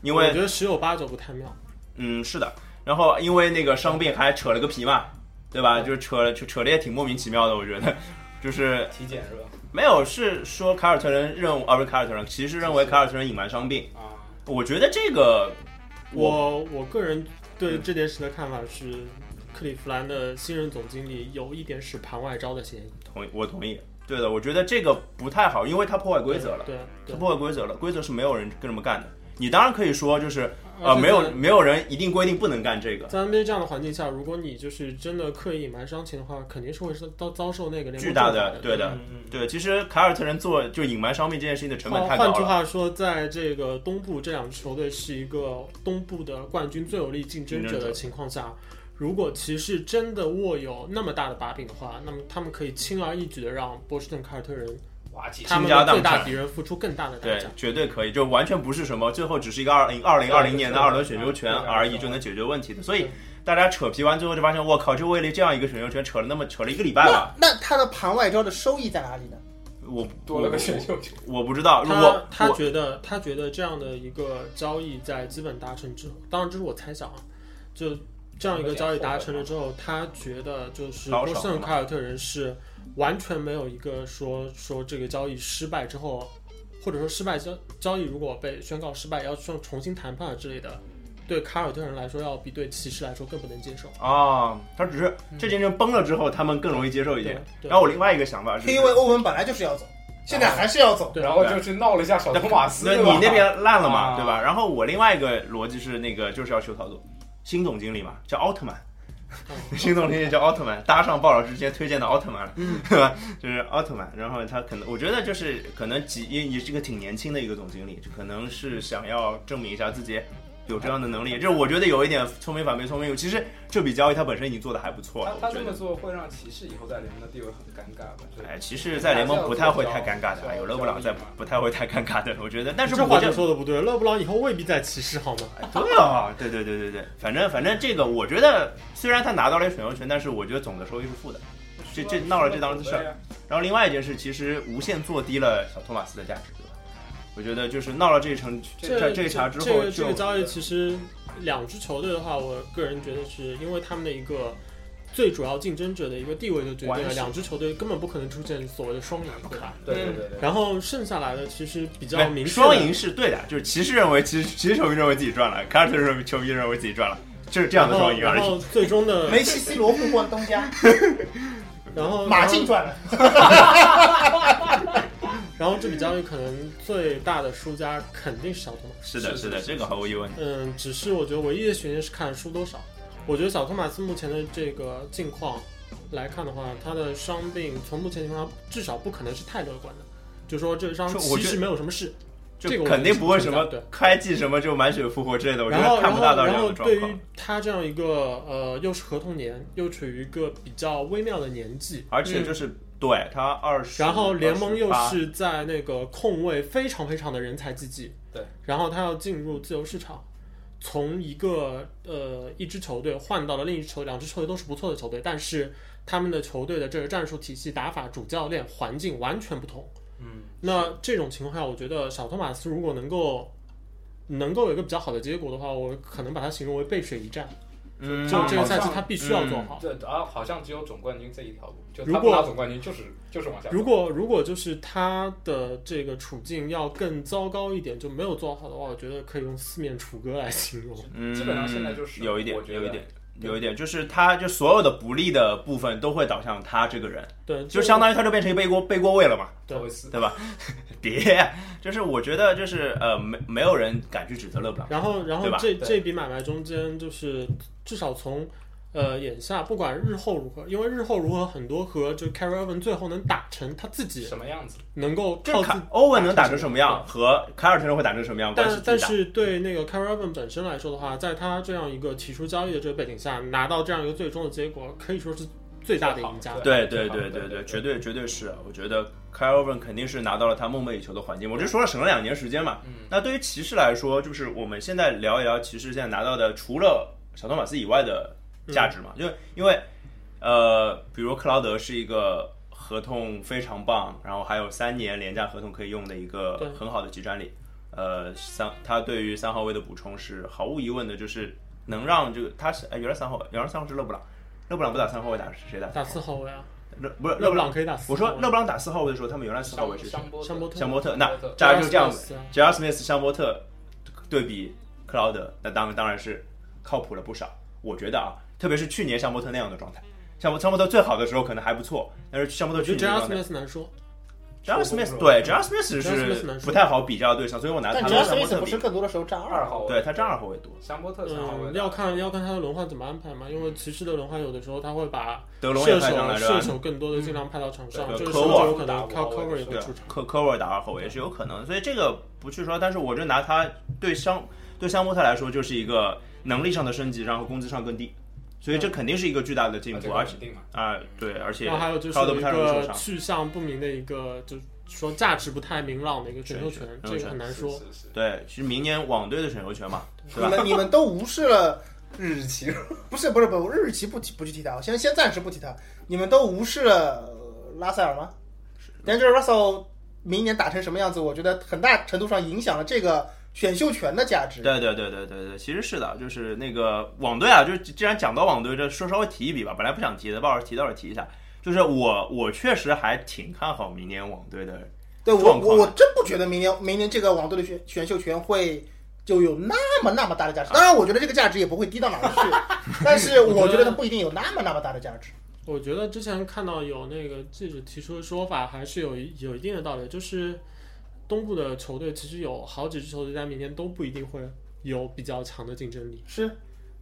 因我为觉得十有八九不太妙。嗯是的，然后因为那个伤病还扯了个皮嘛，对吧？就扯了扯扯的也挺莫名其妙的，我觉得。就是体检是吧？没有，是说凯尔特人认啊，不是凯尔特人，其实认为凯尔特人隐瞒伤病。啊，我觉得这个我嗯我我个人对这件事的看法是，克利夫兰的新任总经理有一点使盘外招的嫌疑。同意，我同意。对的，我觉得这个不太好，因为他破坏规则了，对他对，破坏规则了，规则是没有人跟这么干的。你当然可以说就是呃，而且没有在没有人一定规定不能干这个，在 NBA 这样的环境下，如果你就是真的刻意隐瞒伤情的话，肯定是会是遭遭受那个联盟巨大重罚的的。对的对。其实凯尔特人做就隐瞒伤病这件事情的成本太换高哦换句了，话说，在这个东部这两支球队是一个东部的冠军最有力竞争者竞争者的情况下，如果骑士真的握有那么大的把柄的话，那么他们可以轻而易举的让波士顿凯尔特人瓦解，他们的最大敌人付出更大的代对价。，绝对可以，就完全不是什么最后只是一个二零二零二零年的二轮选秀权而已就能解决问题的，所以大家扯皮完之后就发现，我靠，就为了这样一个选秀权扯了那么扯了一个礼拜吧，那那他的盘外招的收益在哪里呢？我多了个选秀权，我不知道，如他果他啊我觉得他觉得这样的一个交易在基本达成之后，当然这是我猜想啊，就这样一个交易达成了之后，他觉得就是保波守士顿嘛凯尔特人是完全没有一个说说这个交易失败之后，或者说失败交交易如果被宣告失败要重重新谈判啊之类的，对凯尔特人来说要比对骑士来说更不能接受。啊，他只是嗯这件事崩了之后，他们更容易接受一点。对然后我另外一个想法是，是因为欧文本来就是要走，现在还是要走，对然后就去闹了一下小托马斯，那对吧你那边烂了嘛，啊对吧？然后我另外一个逻辑是那个就是要求操作，新总经理嘛，叫奥特曼，哦心动灵也叫奥特曼，搭上鲍老师之前推荐的奥特曼了，嗯对吧？就是奥特曼，然后他可能我觉得就是可能几，因为你是个挺年轻的一个总经理，就可能是想要证明一下自己。有这样的能力，这我觉得有一点聪明反被聪明误。其实这笔交易他本身已经做的还不错了他，我他觉这得么。做会让骑士以后在联盟的地位很尴尬吧？就哎，骑士在联盟不太会太尴尬的，有勒布朗在不不太会太尴尬的，我觉得。但是这我话就就说的不对，勒布朗以后未必在骑士好吗？哎对啊，对对对对对，反正反正这个我觉得，虽然他拿到了选秀权，但是我觉得总的收益是负的。这这闹了这档子事儿儿，然后另外一件事，其实无限做低了小托马斯的价值，对吧？我觉得就是闹了这一层这这一茬之这后个这就个交易其实两支球队的话，我个人觉得是因为他们的一个最主要竞争者的一个地位就决定关了系两支球队根本不可能出现所谓的双赢，对吧？对对对对。嗯然后剩下来的其实比较对明确的双赢是对的，就是骑士认为骑士骑士球迷认为自己赚了，凯尔特人球迷认为自己赚了，就是这样的双赢然而后已。然后最终哎的，梅西、C 罗互换东家，然后马竞赚了。然后，然后这笔交易可能最大的输家肯定是小托马斯。是的，是的，这个毫无疑问。嗯，只是我觉得唯一的悬念是看输多少。我觉得小托马斯目前的这个境况来看的话，他的伤病从目前情况至少不可能是太乐观的，就说这伤是我觉其实得没有什么事。这就个我肯定觉得不会是什存么在的开季什么就满血复活之类的，我觉然后，得看不然后，大到这然样后的状对况于。他这样一个呃，又是合同年，又处于一个比较微妙的年纪，而且就是、对他二十，然后联盟又28是在那个空位非常非常的人才济济，对，然后他要进入自由市场，从一个呃一支球队换到了另一支球队，两支球队都是不错的球队，但是他们的球队的这个战术体系、打法、主教练、环境完全不同。嗯，那这种情况下，我觉得小托马斯如果能够能够有一个比较好的结果的话，我可能把它形容为背水一战，嗯，就这个赛季嗯他必须要做好。对，啊，好像只有总冠军这一条路，就如他不果拿总冠军就是就是往下走。如果如果就是他的这个处境要更糟糕一点，就没有做好的话，我觉得可以用四面楚歌来形容。嗯基本上现在就是有一点我，觉得有一点。有一点，就是他就所有的不利的部分都会导向他这个人，对，就相当于他就变成一个背锅背锅位了嘛。对托维斯别，就是我觉得就是呃，没没有人敢去指责勒布朗。然后，然后对吧这对这笔买卖中间，就是至少从呃眼下，不管日后如何，因为日后如何，很多和就 Carry Evan 最后能打成他自己什么样子？能够就是靠自卡欧文能打成什么样，和凯尔特人会打成什么样关系但巨大但是对那个 c a r r v a n 本身来说的话，在他这样一个提出交易的这个背景下，拿到这样一个最终的结果，可以说是最大的赢家。对对对对对对对，对绝对绝对是，啊我觉得 k y l e v i n 肯定是拿到了他梦寐以求的环境。我就说了省了两年时间嘛。嗯那对于骑士来说，就是我们现在聊一聊骑士现在拿到的除了小托马斯以外的价值嗯嘛，就因为呃，比如克劳德是一个合同非常棒，然后还有三年廉价合同可以用的一对个很好的集战力。呃，三他对于三号位的补充是毫无疑问的，就是能让这个他是哎原来三号位，原来三号是勒布朗，勒布朗不打三号位打谁打？打四号位啊，勒不是勒勒布布朗朗，可以打四啊我号位。说勒布朗打四号位的时候，他们原来四号位是谁？波香波特香波特。那香波特大家就这样子子啊。 j a r Smith、香波特对比克劳德，那当当然是靠谱了不少。我觉得啊，特别是去年香波特那样的状态，香波香波特最好的时候可能还不错，但是香波我特觉去得年 j a 的状态 r Smith 难说， j a r 说不 Smith 出对来 j a r Smith ，Jarrell Smith 是难说不太好比较的对象，所以我拿哎但他 j 跟 a 香 s 波 m 特不是比，更多的时候占二二号号？位，对他占二号位多，香波特三号位嗯，的要看要看他的轮换怎么安排嘛，因为骑士的轮换有的时候他会把德隆也射派上手来对射吧？手更多的尽量派到场上，对这个时科候沃尔就有可能打 Cal 五号 Cover 位也会对啊出场。科科沃尔打二后卫也是有可能，所以这个不去说。但是我就拿他对香对香波特来说，就是一个能力上的升级，然后工资上更低，所以嗯这肯定是一个巨大的进啊这步。个而且肯定嘛，啊、对，而且然后还有就是高德一不太容易受个伤。去向不明的一个，就是说价值不太明朗的一个选秀权，选秀这权个很难说。是是是对，其实明年网队的选秀权嘛，你对吧？们你们都无视了，日期 不是不是不是日期不提不去提他，我先先暂时不提他。你们都无视了、呃拉塞尔吗？Danger Russell 明年打成什么样子，我觉得很大程度上影响了这个选秀权的价值。对对对对对对，其实是的，就是那个网队啊，就是既然讲到网队，这说稍微提一笔吧，本来不想提的，鲍老师提到了提一下。就是我，我确实还挺看好明年网队的。对我状况我我真不觉得明年明年这个网队的选选秀权会就有那么那么大的价值。当然，我觉得这个价值也不会低到哪儿去，但是我觉得它不一定有那么那么大的价值。我觉得之前看到有那个记者提出的说法，还是有一有一定的道理，就是东部的球队其实有好几支球队在明年都不一定会有比较强的竞争力。是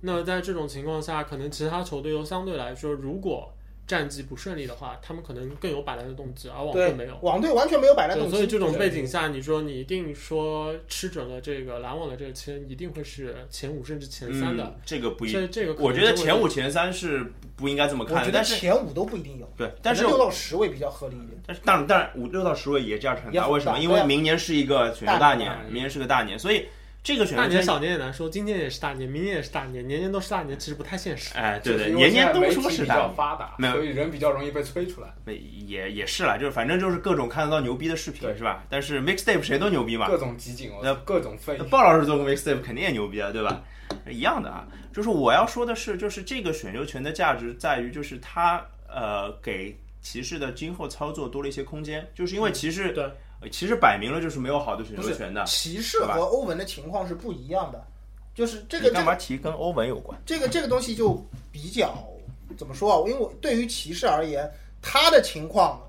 那在这种情况下，可能其他球队又相对来说，如果战绩不顺利的话，他们可能更有摆烂的动机，而网对队没有。网队完全没有摆烂动对，机，所以这种对背景下，你说你一定说吃准了这个篮网的这个签，一定会是前五甚至前三的。嗯、这个不一这这个可能我觉得就会前五前三是不不应该这么我看觉的，得但是前五都不一定有，对，但是可能六到十位比较合理一点。但是当然当然五六到十位也价值很也大，很为什么？大因对为啊明年是一个选秀大大年年，明年是个大年，所以这个选大秀年签小年也难说，今年也是大年，明年也是大年，年年都是大年，其实不太现实。哎，就对是对，因为年现年在都媒说体是比大较年。发达，没有所以人比较容易被吹出来，没也也是啦，就是反正就是各种看得到牛逼的视频对是吧？但是 mixtape 谁都牛逼嘛，各种集锦，我那各种分那鲍老师做过 mixtape 肯定也牛逼啊，对吧？一样的啊，就是我要说的是，就是这个选秀权的价值在于，就是它呃给骑士的今后操作多了一些空间，就是因为骑士、对呃其实摆明了就是没有好的选嗯不秀是权的，骑士对啊吧和欧文的情况是不一样的，就是这你个这干个嘛提跟欧文有关？这个这个东西就比较怎么说啊？因为我对于骑士而言，他的情况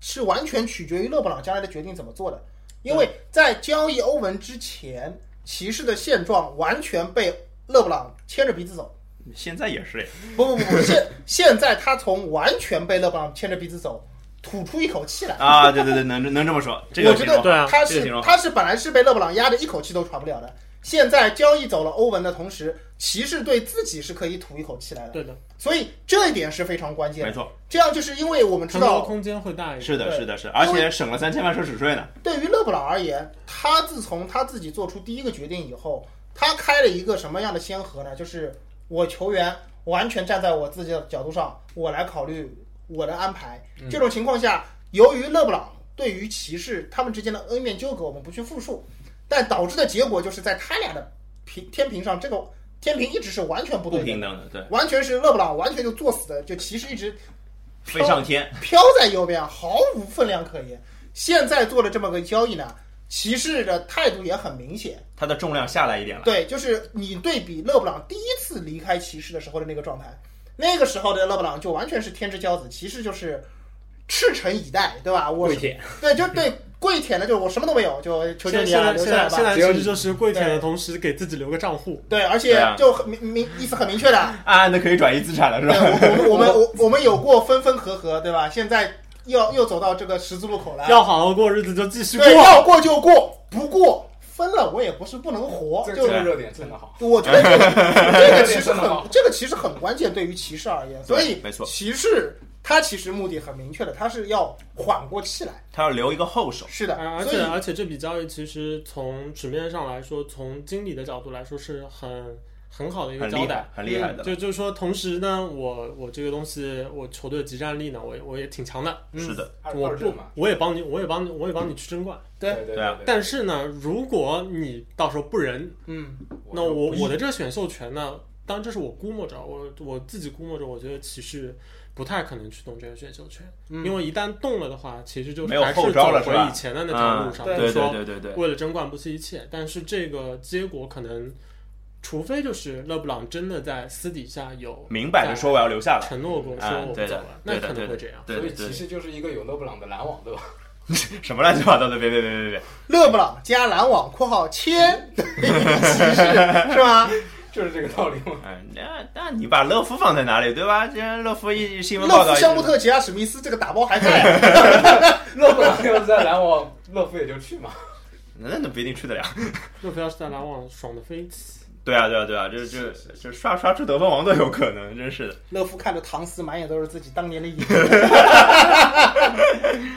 是完全取决于勒布朗将来的决定怎么做的，因为在交易欧文之前，骑士的现状完全被勒布朗牵着鼻子走。现在也 是，不不不 不，现现在他从完全被勒布朗牵着鼻子走，吐出一口气来。啊，对对对，能能这么说，这个我觉形得容对啊他这个是、形容好他是本来是被勒布朗压得一口气都喘不了的，现在交易走了欧文的同时，骑士对自己是可以吐一口气来的，对的，所以这一点是非常关键没的。错，这样就是因为我们知承包道，空间会大一点。是的，对是的，是，而且省了三千万奢侈税呢。对于勒布朗而言，他自从他自己做出第一个决定以后，他开了一个什么样的先河呢？就是我球员完全站在我自己的角度上，我来考虑我的安排。嗯这种情况下，由于勒布朗对于骑士他们之间的恩怨纠葛，我们不去复述，但导致的结果就是在他俩的平天平上，这个天平一直是完全不不对平的，等的，对，完全是勒布朗完全就作死的，就骑士一直飞上天，飘在右边，毫无分量可言。现在做了这么个交易呢，骑士的态度也很明显。它的重量下来一点了。对，就是你对比勒布朗第一次离开骑士的时候的那个状态，那个时候的勒布朗就完全是天之骄子，骑士就是赤诚以待，对吧？我跪舔，对，就对跪舔的，就是我什么都没有，就求求现你现啊，在留现下来在现吧。在只有其你实就是跪舔的同时，给自己留个账户。对，对而且啊就很明明意思很明确的，啊，那可以转移资产了，是对，吧？我我们我们我我们有过分分合合，对吧？现在又又走到这个十字路口了，要好好过日子就继续过对，。要过就过，不过分了我也不是不能活，这就这个热点真的好，我觉得这个这个其实真的好很这个其实很关键，对于骑士而言，所以没错骑士他其实目的很明确的，他是要缓过气来，他要留一个后手，是的而，啊而所以且而且这笔交易其实从纸面上来说，从经理的角度来说是很很好的一个很交厉代害。，很厉害的。嗯就就是说，同时呢，我我这个东西，我球队的集战力呢，我也我也挺强的。是嗯的，二我二不阵嘛，，我也帮你，我也帮你，我也帮你去争冠。对对对啊对，但是呢，如果你到时候不仁，嗯，那我我的这个选秀权呢，当然这是我估摸着，我我自己估摸着，我觉得骑士不太可能去动这个选秀权，因为一旦动了的话，其实就嗯没有还是后招走了是吧回以前的那条路上，嗯就对对是说对对对，为了争冠不惜一切。但是这个结果可能，除非就是勒布朗真的在私底下有明摆着说我要留下来，承诺过说啊我不对走的了，对那的可对能的会这样。对所对以骑对，士就是一个有勒布朗的篮网，对吧？ 什么乱七八糟的，别别别别别，勒布朗加篮网（括号签骑士）是吗？就是这个道理 嘛。嗯，那那你把乐福放在哪里，对吧？这乐福一新闻报勒道夫、一直，香布特、吉亚、史密斯这个打包还在 啊，勒布 朗要是在篮网，勒夫也就去嘛。那那不一定去得了。 勒夫要是在篮网爽的飞起，对啊对啊对啊，这这这刷刷出得分王都有可能，真是的。勒夫看着唐斯满眼都是自己当年的影子。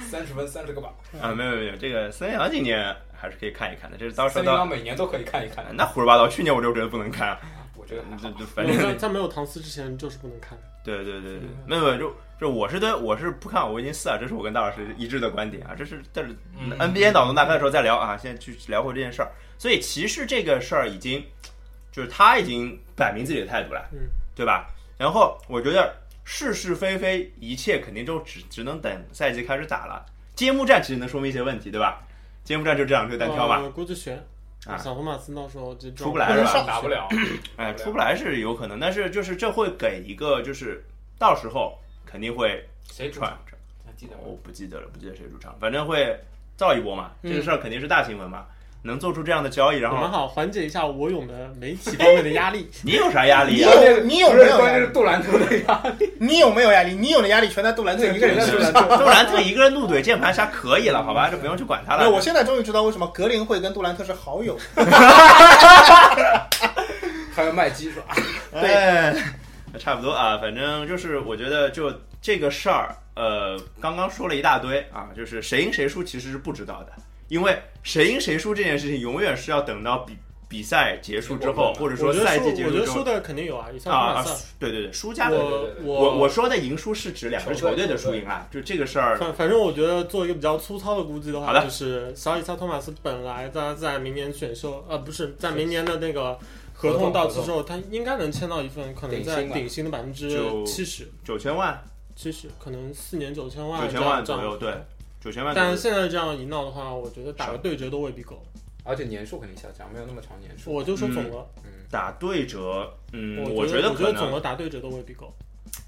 三十分，三十个吧。嗯啊，没有没有，这个森林狼今年还是可以看一看的，这是到时森候到林狼每年都可以看一看，那胡说八道，去年我就觉得不能看啊，我觉得还好这这反正在在没有唐斯之前就是不能看。对对嗯对对，没有没有，就就我是对我是不看我已经四啊，这是我跟大老师一致的观点啊，这是这是嗯 NBA 脑洞大开的时候再聊啊，现在去聊回这件事儿。所以骑士这个事儿已经就是他已经摆明自己的态度了，嗯，对吧？然后我觉得是是非非，一切肯定都只只能等赛季开始打了。揭幕战其实能说明一些问题，对吧？揭幕战就这两队单挑吧，哦呃，估计悬。啊小托马斯到时候这出不来不能是吧？上打不了。哎，出不来是有可能，但是就是这会给一个就是到时候肯定会谁主传场？。还记得吗？嗯我不记得了，不记得谁主场，反正会造一波嘛，这个事儿肯定是大新闻嘛。能做出这样的交易，然我们后好缓解一下我勇的媒体方面的 压力。你有啥压你力啊？有你有不没是有关压键力是杜兰特的呀， 你有没有压力？你有的压力全在杜兰特对，一个人 在身杜上兰杜特。兰特一个人怒怼键盘侠可以了，好吧，就不用去管他那了。我现在终于知道为什么格林会跟杜兰特是好友。还有麦基是吧？对哎，差不多啊，反正就是我觉得就这个事儿，呃，刚刚说了一大堆啊，就是谁赢谁输其实是不知道的，因为谁赢谁输这件事情永远是要等到比比赛结束之后，或者说我觉得赛输，季结我觉束得之输后的肯定有啊，也算啊马啊算。，对对对，输家的。我对对对我我我说的赢输是指两个球队的输赢啊，就这个事儿，反反正我觉得做一个比较粗糙的估计的好话，的就是小里萨托马斯本来他在明年选秀，呃，不是在明年的那个合同到期之后，他应该能签到一份可能在顶薪吧顶薪的百分之就七十，九千万，七十可能四年九千万九这千样，万这左样右，对，九千万左但右。现在这样一闹的话，我觉得打个对折都未必够。而且年数肯定下降，没有那么长年数。我就说总额，嗯，打对折，嗯，我觉我觉可得能总额打对折都未必够。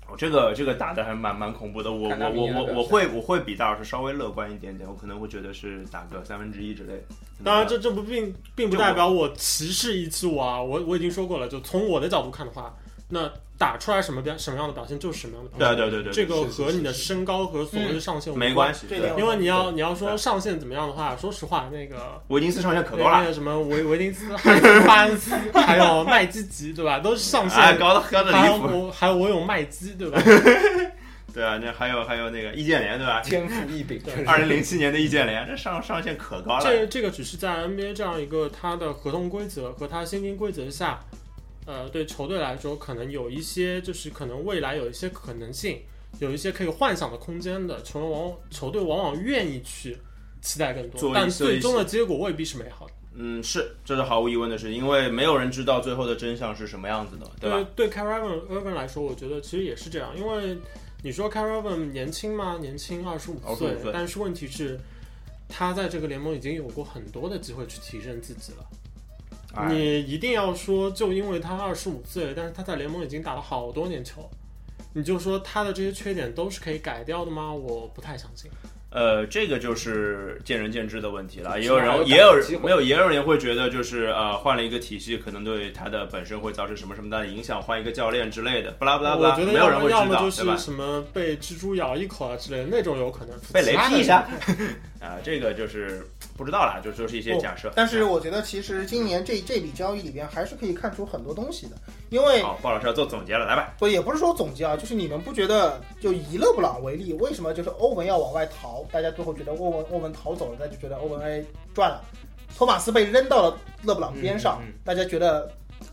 哦这个这个打的还蛮蛮恐怖的，我看他我明我年的我表我现会我会比大老师稍微乐观一点点，我可能会觉得是打个三分之一之类的。当然，这这不并并不这我代表我歧视一七五啊，我我已经说过了，就从我的角度看的话，那打出来什么表什么样的表现就是什么样的表对现。啊对对对，对这个是是和是你的身高和所谓的上限无没关关。系，这对点因为你要对你要说对上限怎么样的话，说实话，那个维金斯上限可高那那了，个什么维维金斯、汉斯巴恩斯，还有麦基奇，对吧？都是上哎，限。高的 高的还有离谱。我还有我有麦基，对吧？对啊，那还有还有那个易建联对吧？天赋异禀，对真是二零零七年的易建联，这上上限可高了。这这个只是在 NBA 这样一个它的合同规则和它薪金规则下，呃，对球队来说可能有一些就是可能未来有一些可能性，有一些可以幻想的空间的，球员往球队往往愿意去期待更做多一，但做一最终的结果未必是美好的。嗯，是，这是毫无疑问的事，因为没有人知道最后的真相是什么样子的，对吧？对 c a r a v a n Irvin 来说，我觉得其实也是这样，因为你说 c a r a v a n 年轻吗？年轻，二十五25岁岁，但是问题是，他在这个联盟已经有过很多的机会去提升自己了。哎，你一定要说，就因为他二十五岁，但是他在联盟已经打了好多年球，你就说他的这些缺点都是可以改掉的吗？我不太相信。呃，这个就是见仁见智的问题了。也起有码有人，打也有的人机会没有，也有人会觉得就是呃，换了一个体系，可能对他的本身会造成什么什么大的影响，换一个教练之类的，巴拉巴拉巴我拉，觉得没有要人么会要知么道，就对吧是？什么被蜘蛛咬一口啊之类的那种有可能，被雷其他的劈一下啊、这个就是不知道啦，就就是一些不假设。但是我觉得，其实今年这这笔交易里边还是可以看出很多东西的，因为好，鲍老师要做总结了，来吧。不也不是说总结啊，就是你们不觉得就以勒布朗为例，为什么就是欧文要往外逃，大家最后觉得欧文欧文逃走了，大家就觉得欧文哎赚了，托马斯被扔到了勒布朗边上，嗯嗯大家觉得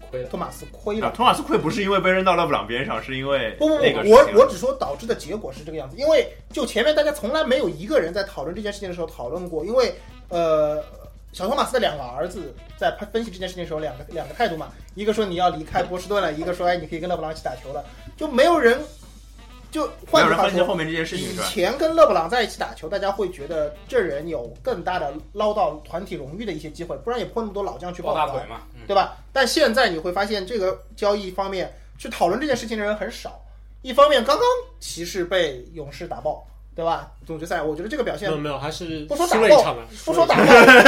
亏了。托马斯亏了。啊，托马斯奎不是因为被扔到勒布朗边上，是因为不不不那个，事我情我只说导致的结果是这个样子，因为就前面大家从来没有一个人在讨论这件事情的时候讨论过，因为呃，小托马斯的两个儿子在分析这件事情的时候，两个 两个态度嘛，一个说你要离开波士顿了，一个说哎你可以跟勒布朗一起打球了，就没有人就没换有句人话分析说，后面这件事情以是吧？前跟勒布朗在一起打球，大家会觉得这人有更大的捞到团体荣誉的一些机会，不然也不会那么多老将去抱报大道腿。嘛，嗯对吧？但现在你会发现，这个交易方面去讨论这件事情的人很少。一方面，刚刚骑士被勇士打爆，对吧？总决赛，我觉得这个表没现有没有，还是不说打输了一爆场了，啊不说输了一场打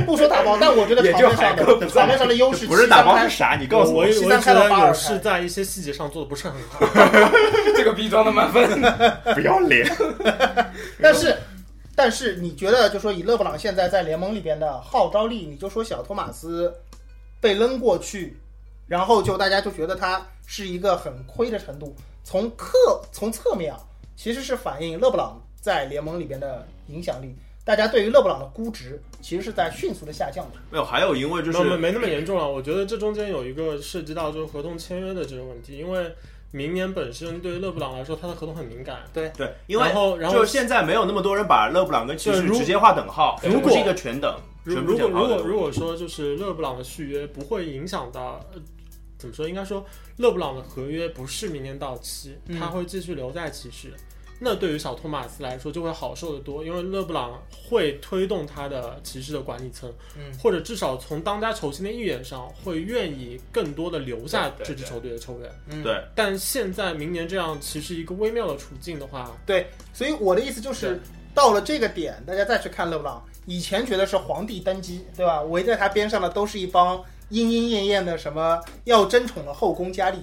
爆，不说打爆， 但我觉得也场就面上海克的不在场面上的优势不是打包是73啥？你告诉我我我，西也单觉开到得巴尔勇开士在一些细节上做的不是很好，这个逼装的满 分。不要脸。但是，但是你觉得，就说以勒布朗现在在联盟里边的号召力，你就说小托马斯被扔过去，然后就大家就觉得他是一个很亏的程度。从侧从侧面啊，其实是反映勒布朗在联盟里边的影响力。大家对于勒布朗的估值其实是在迅速的下降的。没有，还有因为就没有没是没那么严重了。我觉得这中间有一个涉及到就是合同签约的这个问题，因为明年本身对于勒布朗来说，他的合同很敏感。对，因为然后然后就现在没有那么多人把勒布朗跟骑对士如直接划等号，如这不果是一个全等，如全如部果等如号果的。如果说就是勒布朗的续约不会影响到，呃怎么说？应该说勒布朗的合约不是明年到期，嗯他会继续留在骑士。那对于小托马斯来说就会好受得多，因为勒布朗会推动他的骑士的管理层，嗯或者至少从当家球星的意愿上，会愿意更多的留下对对这支球队的球员。嗯对但现在明年这样其实一个微妙的处境的话，所以我的意思就是，到了这个点，大家再去看勒布朗，以前觉得是皇帝登基，对吧？围在他边上的都是一帮莺莺燕燕的什么要争宠的后宫佳丽，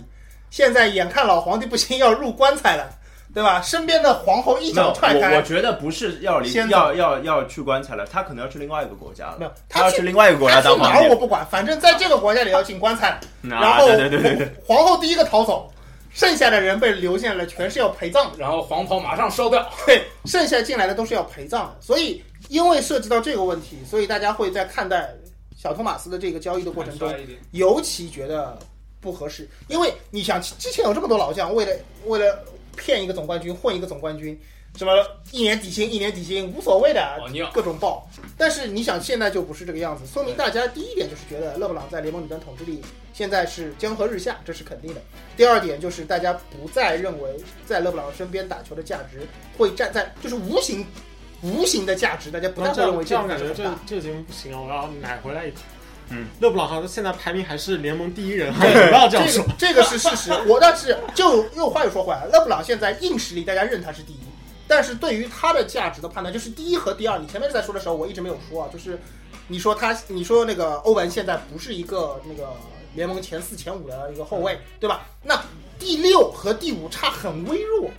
现在眼看老皇帝不行要入棺材了，对吧？身边的皇后一没有脚踹我我开，觉得不是要离先要要要去棺材了，他可能要去另外一个国家没有了，他要去去另外一个国他家去当哪皇儿我帝。不管，反正在这个国家里要进 棺材了。然啊，后对对对对对，皇皇后第一个逃走，剩下的人被留下来，全是要陪葬的。然后黄袍马上烧掉。对，剩下进来的都是要陪葬的。所以，因为涉及到这个问题，所以大家会在看待小托马斯的这个交易的过程中，帅一点尤其觉得不合适，因为你想，之前有这么多老将，为了为了骗一个总冠军，混一个总冠军，什么一年底薪一年底薪无所谓的哦你有，各种爆。但是你想，现在就不是这个样子，说明大家第一点就是觉得勒布朗在联盟里边统治力现在是江河日下，这是肯定的。第二点就是大家不再认为在勒布朗身边打球的价值会站在就是无形无形的价值，大家不那再这会认样为这这样个价感值很觉这大。这个节目不行啊！我要买回来一个。嗯，勒布朗好像现在排名还是联盟第一 人，不要这样这说个。这个是事实。我但是就又话又说回来，勒布朗现在硬实力大家认他是第一，但是对于他的价值的判断，就是第一和第二。你前面在说的时候，我一直没有说啊，就是你说他，你说那个欧文现在不是一个那个联盟前四前五的一个后卫，对吧？那第六和第五差很微弱。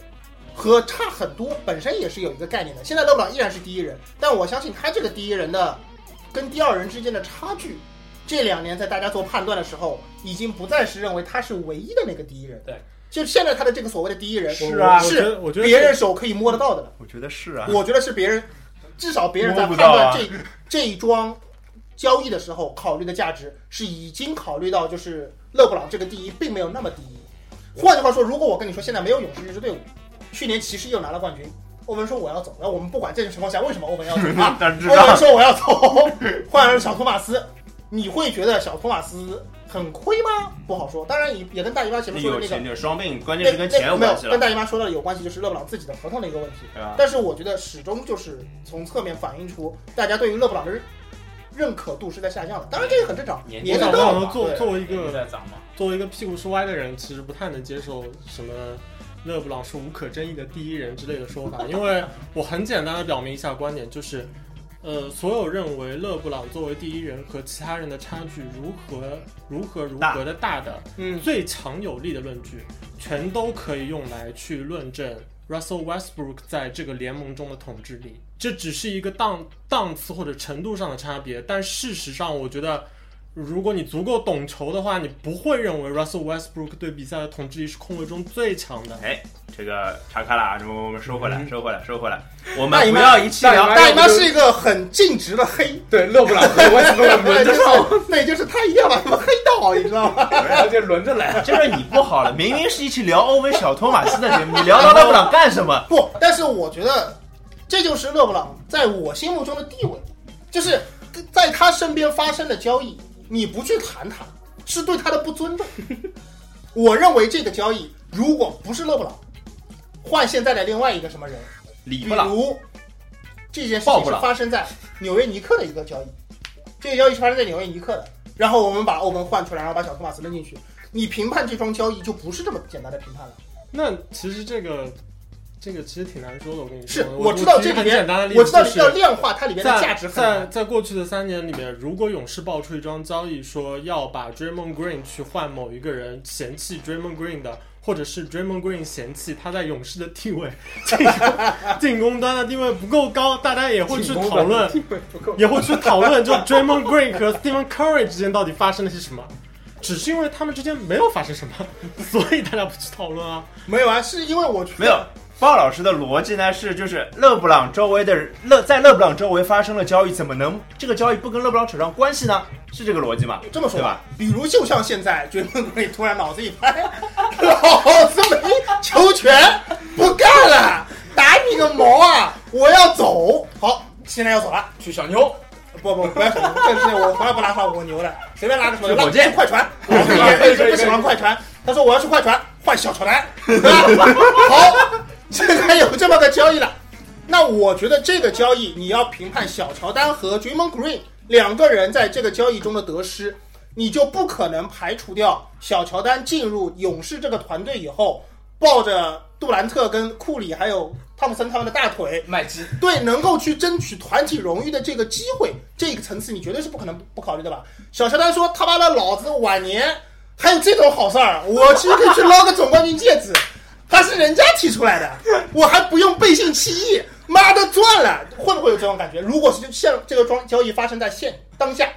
和差很多，本身也是有一个概念的。现在勒布朗依然是第一人，但我相信他这个第一人的跟第二人之间的差距，这两年在大家做判断的时候，已经不再是认为他是唯一的那个第一人。对，就现在他的这个所谓的第一人是啊我我觉得是我觉得别人手可以摸得到的了。我觉得是啊，我觉得是别人，至少别人在判摸不到断啊这、这一桩交易的时候考虑的价值，是已经考虑到就是勒布朗这个第一并没有那么第一。换句话说，如果我跟你说现在没有勇士这支队伍，去年骑士又拿了冠军，欧文说我要走，那我们不管这种情况下为什么欧文要走啊， 但嗯是知欧文道说我要走，换了小托马斯，你会觉得小托马斯很亏吗？不好说。当然也也跟大姨妈前面说的有那个钱，有双鬓，关键那是跟那钱有没有关系了跟，大姨妈说的有关系，就是勒布朗自己的合同的一个问题。对啊吧？但是我觉得始终就是从侧面反映出大家对于勒布朗的认认可度是在下降的。当然这也很正常，年纪年我纪想，到我了想嘛，作对作为一年纪个在长嘛，作为一个屁股是歪的人，其实不太能接受什么勒布朗是无可争议的第一人之类的说法，因为我很简单的表明一下观点，就是，呃，所有认为勒布朗作为第一人和其他人的差距如何如何如何的大的嗯，最强有力的论据，全都可以用来去论证 Russell Westbrook 在这个联盟中的统治力。这只是一个档档次或者程度上的差别，但事实上，我觉得如果你足够懂球的话，你不会认为 Russell Westbrook 对比赛的统治力是控卫中最强的。哎，这个岔开了啊，我们我们收回来，收回来，收回来，我大们姨不妈要一气聊大大姨妈是一个很尽职 的黑，对，勒布朗和 威斯布鲁克轮着上，对，对，就是他一定要把他们黑到，你知道吗？而且轮着来。这是你不好了，明明是一起聊欧文小托马斯的节目，你聊到勒布朗干什么？不，但是我觉得这就是勒布朗在我心目中的地位，就是在他身边发生的交易，你不去谈他，是对他的不尊重。我认为这个交易如果不是勒布朗，换现在的另外一个什么人，理比不朗，如这件事报情不是了发生在纽约尼克的一个交易，这个交易是发生在纽约尼克的。然后我们把欧文换出来，然后把小托马斯扔进去。你评判这桩交易就不是这么简单的评判了。那其实这个这个其实挺难说的，我跟你说。是我我知道举一这个里很简面单的，例子我知道就是要量化它里面的在价值很在难。在过去的三年里面，如果勇士爆出一桩交易，说要把 Draymond Green 去换某一个人，嫌弃 Draymond Green 的，或者是 Draymond Green 嫌弃他在勇士的地位，进攻进攻 端的地位不够高，大家也会去讨论，也会去讨论，就 Draymond Green 和 Stephen Curry 之间到底发生的是什么。只是因为他们之间没有发生什么， 所以大家不去讨论啊。没有啊，是因为我觉得 没有。鲍老师的逻辑呢是，就是勒布朗周围的人，勒在勒布朗周围发生了交易，怎么能这个交易不跟勒布朗扯上关系呢？是这个逻辑吗？这么说对吧？，比如就像现在追梦队突然脑子一 拍，老子没球权，不干了，打你个毛啊！我要走，好，现在要走了。去小妞，不不，不要想这个事情，我从来不拉上我牛的，随便拉个球去拉火箭去 快船，我也不喜欢快船。他说我要去快船，换小乔丹。 好，现在有这么个交易了。那我觉得这个交易你要评判小乔丹和 Draymond Green 两个人在这个交易中的得失，你就不可能排除掉小乔丹进入勇士这个团队以后，抱着杜兰特跟库里还有汤普森他们的大腿，麦基对能够去争取团体荣誉的这个机会，这个层次你绝对是不可能不考虑的吧？小乔丹说：“他妈的，老子晚年还有这种好事儿，我去可以去捞个总冠军戒指，他是人家提出来的，我还不用背信弃义，妈的赚了！”会不会有这种感觉？如果是现这个装交易发生在现当下，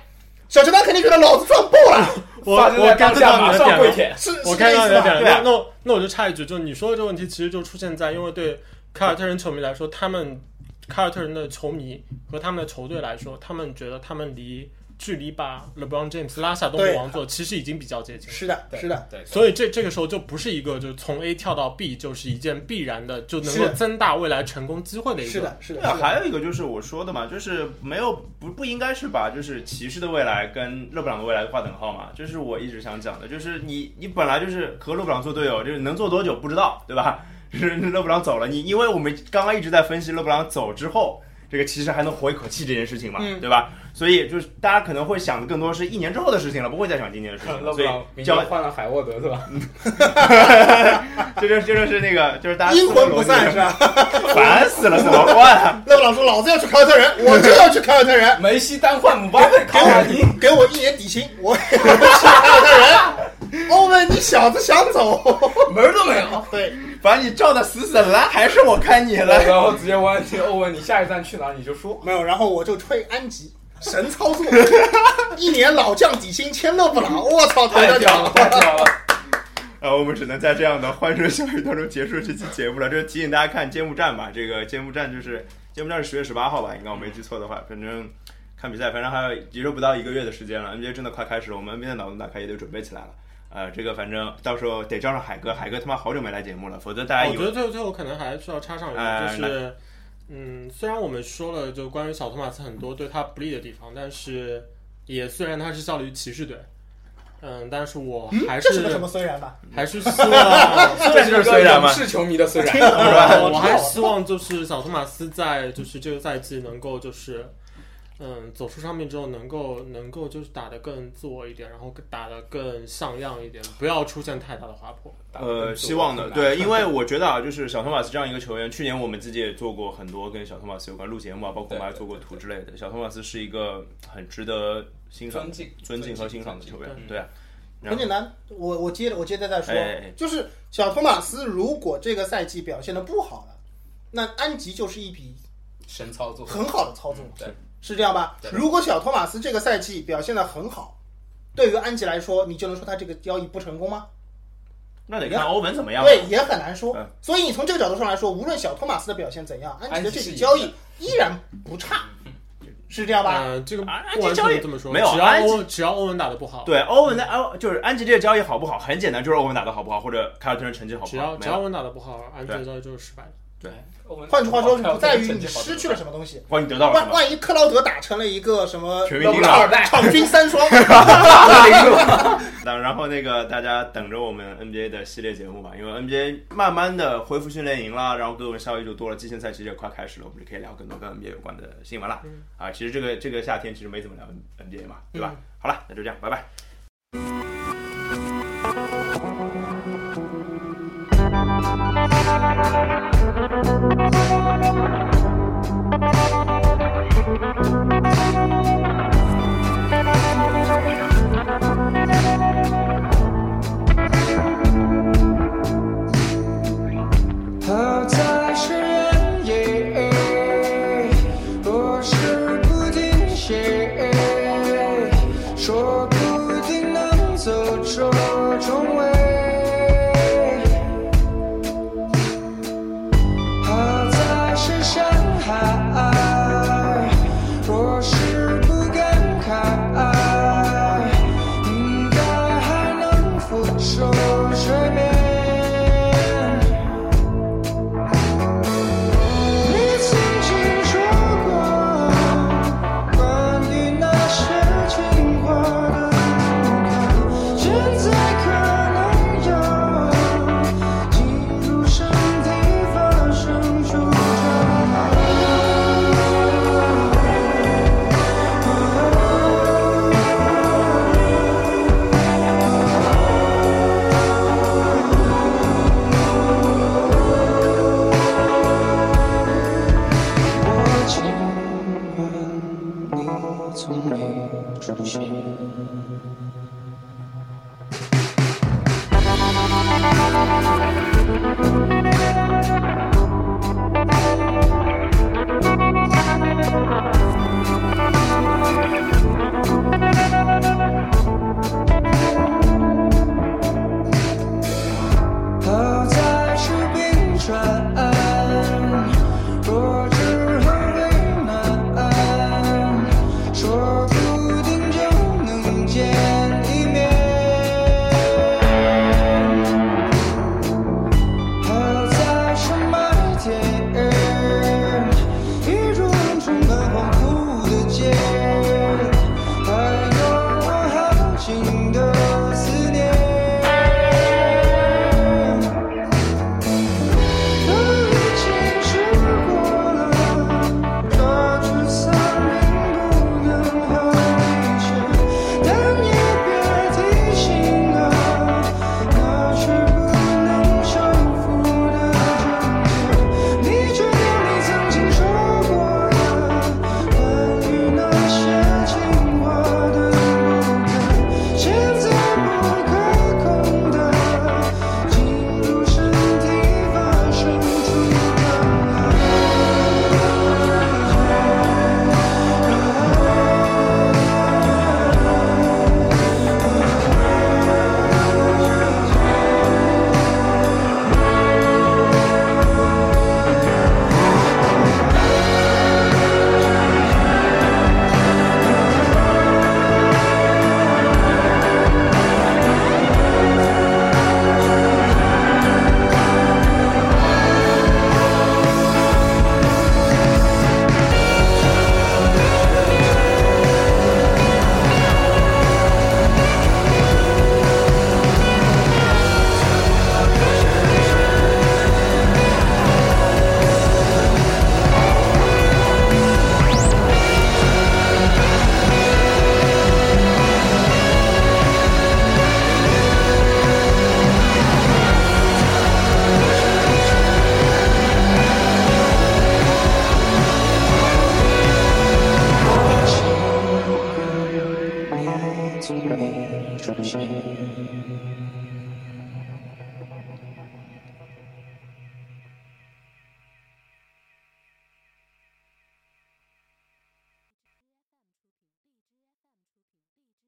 小乔丹肯定觉得老子赚爆了，我发生在我当 get 下到马你的上啊点跪了，舔。是我是看这到意你思的吧？点对了，吧？那我那我就插一句，就你说的这个问题，其实就出现在，因为对凯尔特人球迷来说，他们凯尔特人的球迷和他们的球队来说，他们觉得他们离距离把 LeBron James 拉下东部对王座，其实已经比较接近了。是的，对是的，，对，所以这这个时候就不是一个就是从 A 跳到 B 就是一件必然的，就能够是增大未来成功机会的一个。是的，是对的。啊是，的还有一个就是我说的嘛，就是没有不不应该是把就是骑士的未来跟勒布朗的未来画等号嘛，这是我一直想讲的，就是你你本来就是和勒布朗做队友，就是能做多久不知道，对吧？ 就是勒布朗走了，你因为我们刚刚一直在分析勒布朗走之后，这个骑士还能活一口气这件事情嘛，嗯对吧？所以就是大家可能会想的更多是一年之后的事情了，不会再想今年的事情了，勒布所以朗明交天换了海沃德是吧？这 就这就是那个就是大家阴思维魂逻不辑散是 吧？ 烦死了，怎么办啊？勒布朗说：“老子要去凯尔特人，我就要去凯尔特人，梅西单换姆巴佩、给卡瓦尼，我给我一年底薪，我也要去凯尔特人。”欧文，你小子想走？门儿都没有。对， 把你罩的死死的，来还是我看你了。然后直接问你欧文，你下一站去哪？你就说。没有，然后我就吹安吉，神操作，一年老将底薪签勒布朗，我操，哎太屌了！太屌了！啊，我们只能在这样的欢声笑语当中结束这期节目了。就是呃提醒大家看揭幕战吧，这个揭幕战就是揭幕战是十月十八号吧，应该我没记错的话，反正看比赛，反正还有也就不到一个月的时间了，NBA 真的快开始了，我们 NBA 的脑洞大开也得准备起来了。呃，这个反正到时候得叫上海哥，海哥他妈好久没来节目了，否则大家以我觉为得最后最后可能还需要插上一哎句，就是，嗯，虽然我们说了就关于小托马斯很多对他不利的地方，但是也虽然他是效力于骑士队，嗯，但是我还嗯这是个什是么虽然吧？还是希望，这就是虽然嘛是球迷的虽然。我我还希望就是小托马斯在就是这个赛季能够就是。嗯，走出伤病之后，能够能够就是打得更自我一点，然后打得更像样一点，不要出现太大的滑坡。呃，希望的，对，因为我觉得啊，就是小托马斯这样一个球员，去年我们自己也做过很多跟小托马斯有关录节目啊，包括我们还做过图之类的。小托马斯是一个很值得欣赏尊、敬、尊敬和欣赏的球员，对啊。然后很简单，我我接着我接着再说哎哎哎，就是小托马斯如果这个赛季表现的不好了，那安吉就是一笔神操作。很好的操作，嗯对，是这样吧？如果小托马斯这个赛季表现的很好，对于安吉来说，你就能说他这个交易不成功吗？那得看欧文怎么样。对，也很难说嗯。所以你从这个角度上来说，无论小托马斯的表现怎样，安吉的这笔安吉是交易依然不差，是这样吧？嗯，这个啊不完这交易全这么说，没有只要安欧文只要欧文打得不好，对，欧文的欧就是安吉这个交易好不好？很简单，就是欧文打的好不好，或者凯尔特人成绩好只不要好。只要欧文打得不好，安吉的交易就是失败的。嗯换句话说，不在于你失去了什么东西。关你得到了什万么？万一克劳德打成了一个什么全明勒布星朗二代，场均三双， 那然后那个大家等着我们 NBA 的系列节目吧，因为 NBA 慢慢的恢复训练营啦，然后各种效益就多了，季前赛其实也快开始了，我们就可以聊更多跟 NBA 有关的新闻啦。啊，其实这个这个夏天其实没怎么聊 NBA 嘛，对吧？好了，那就这样，拜拜。他在是人也，我是不停歇，说不定能走出重围。他在是山从你出现。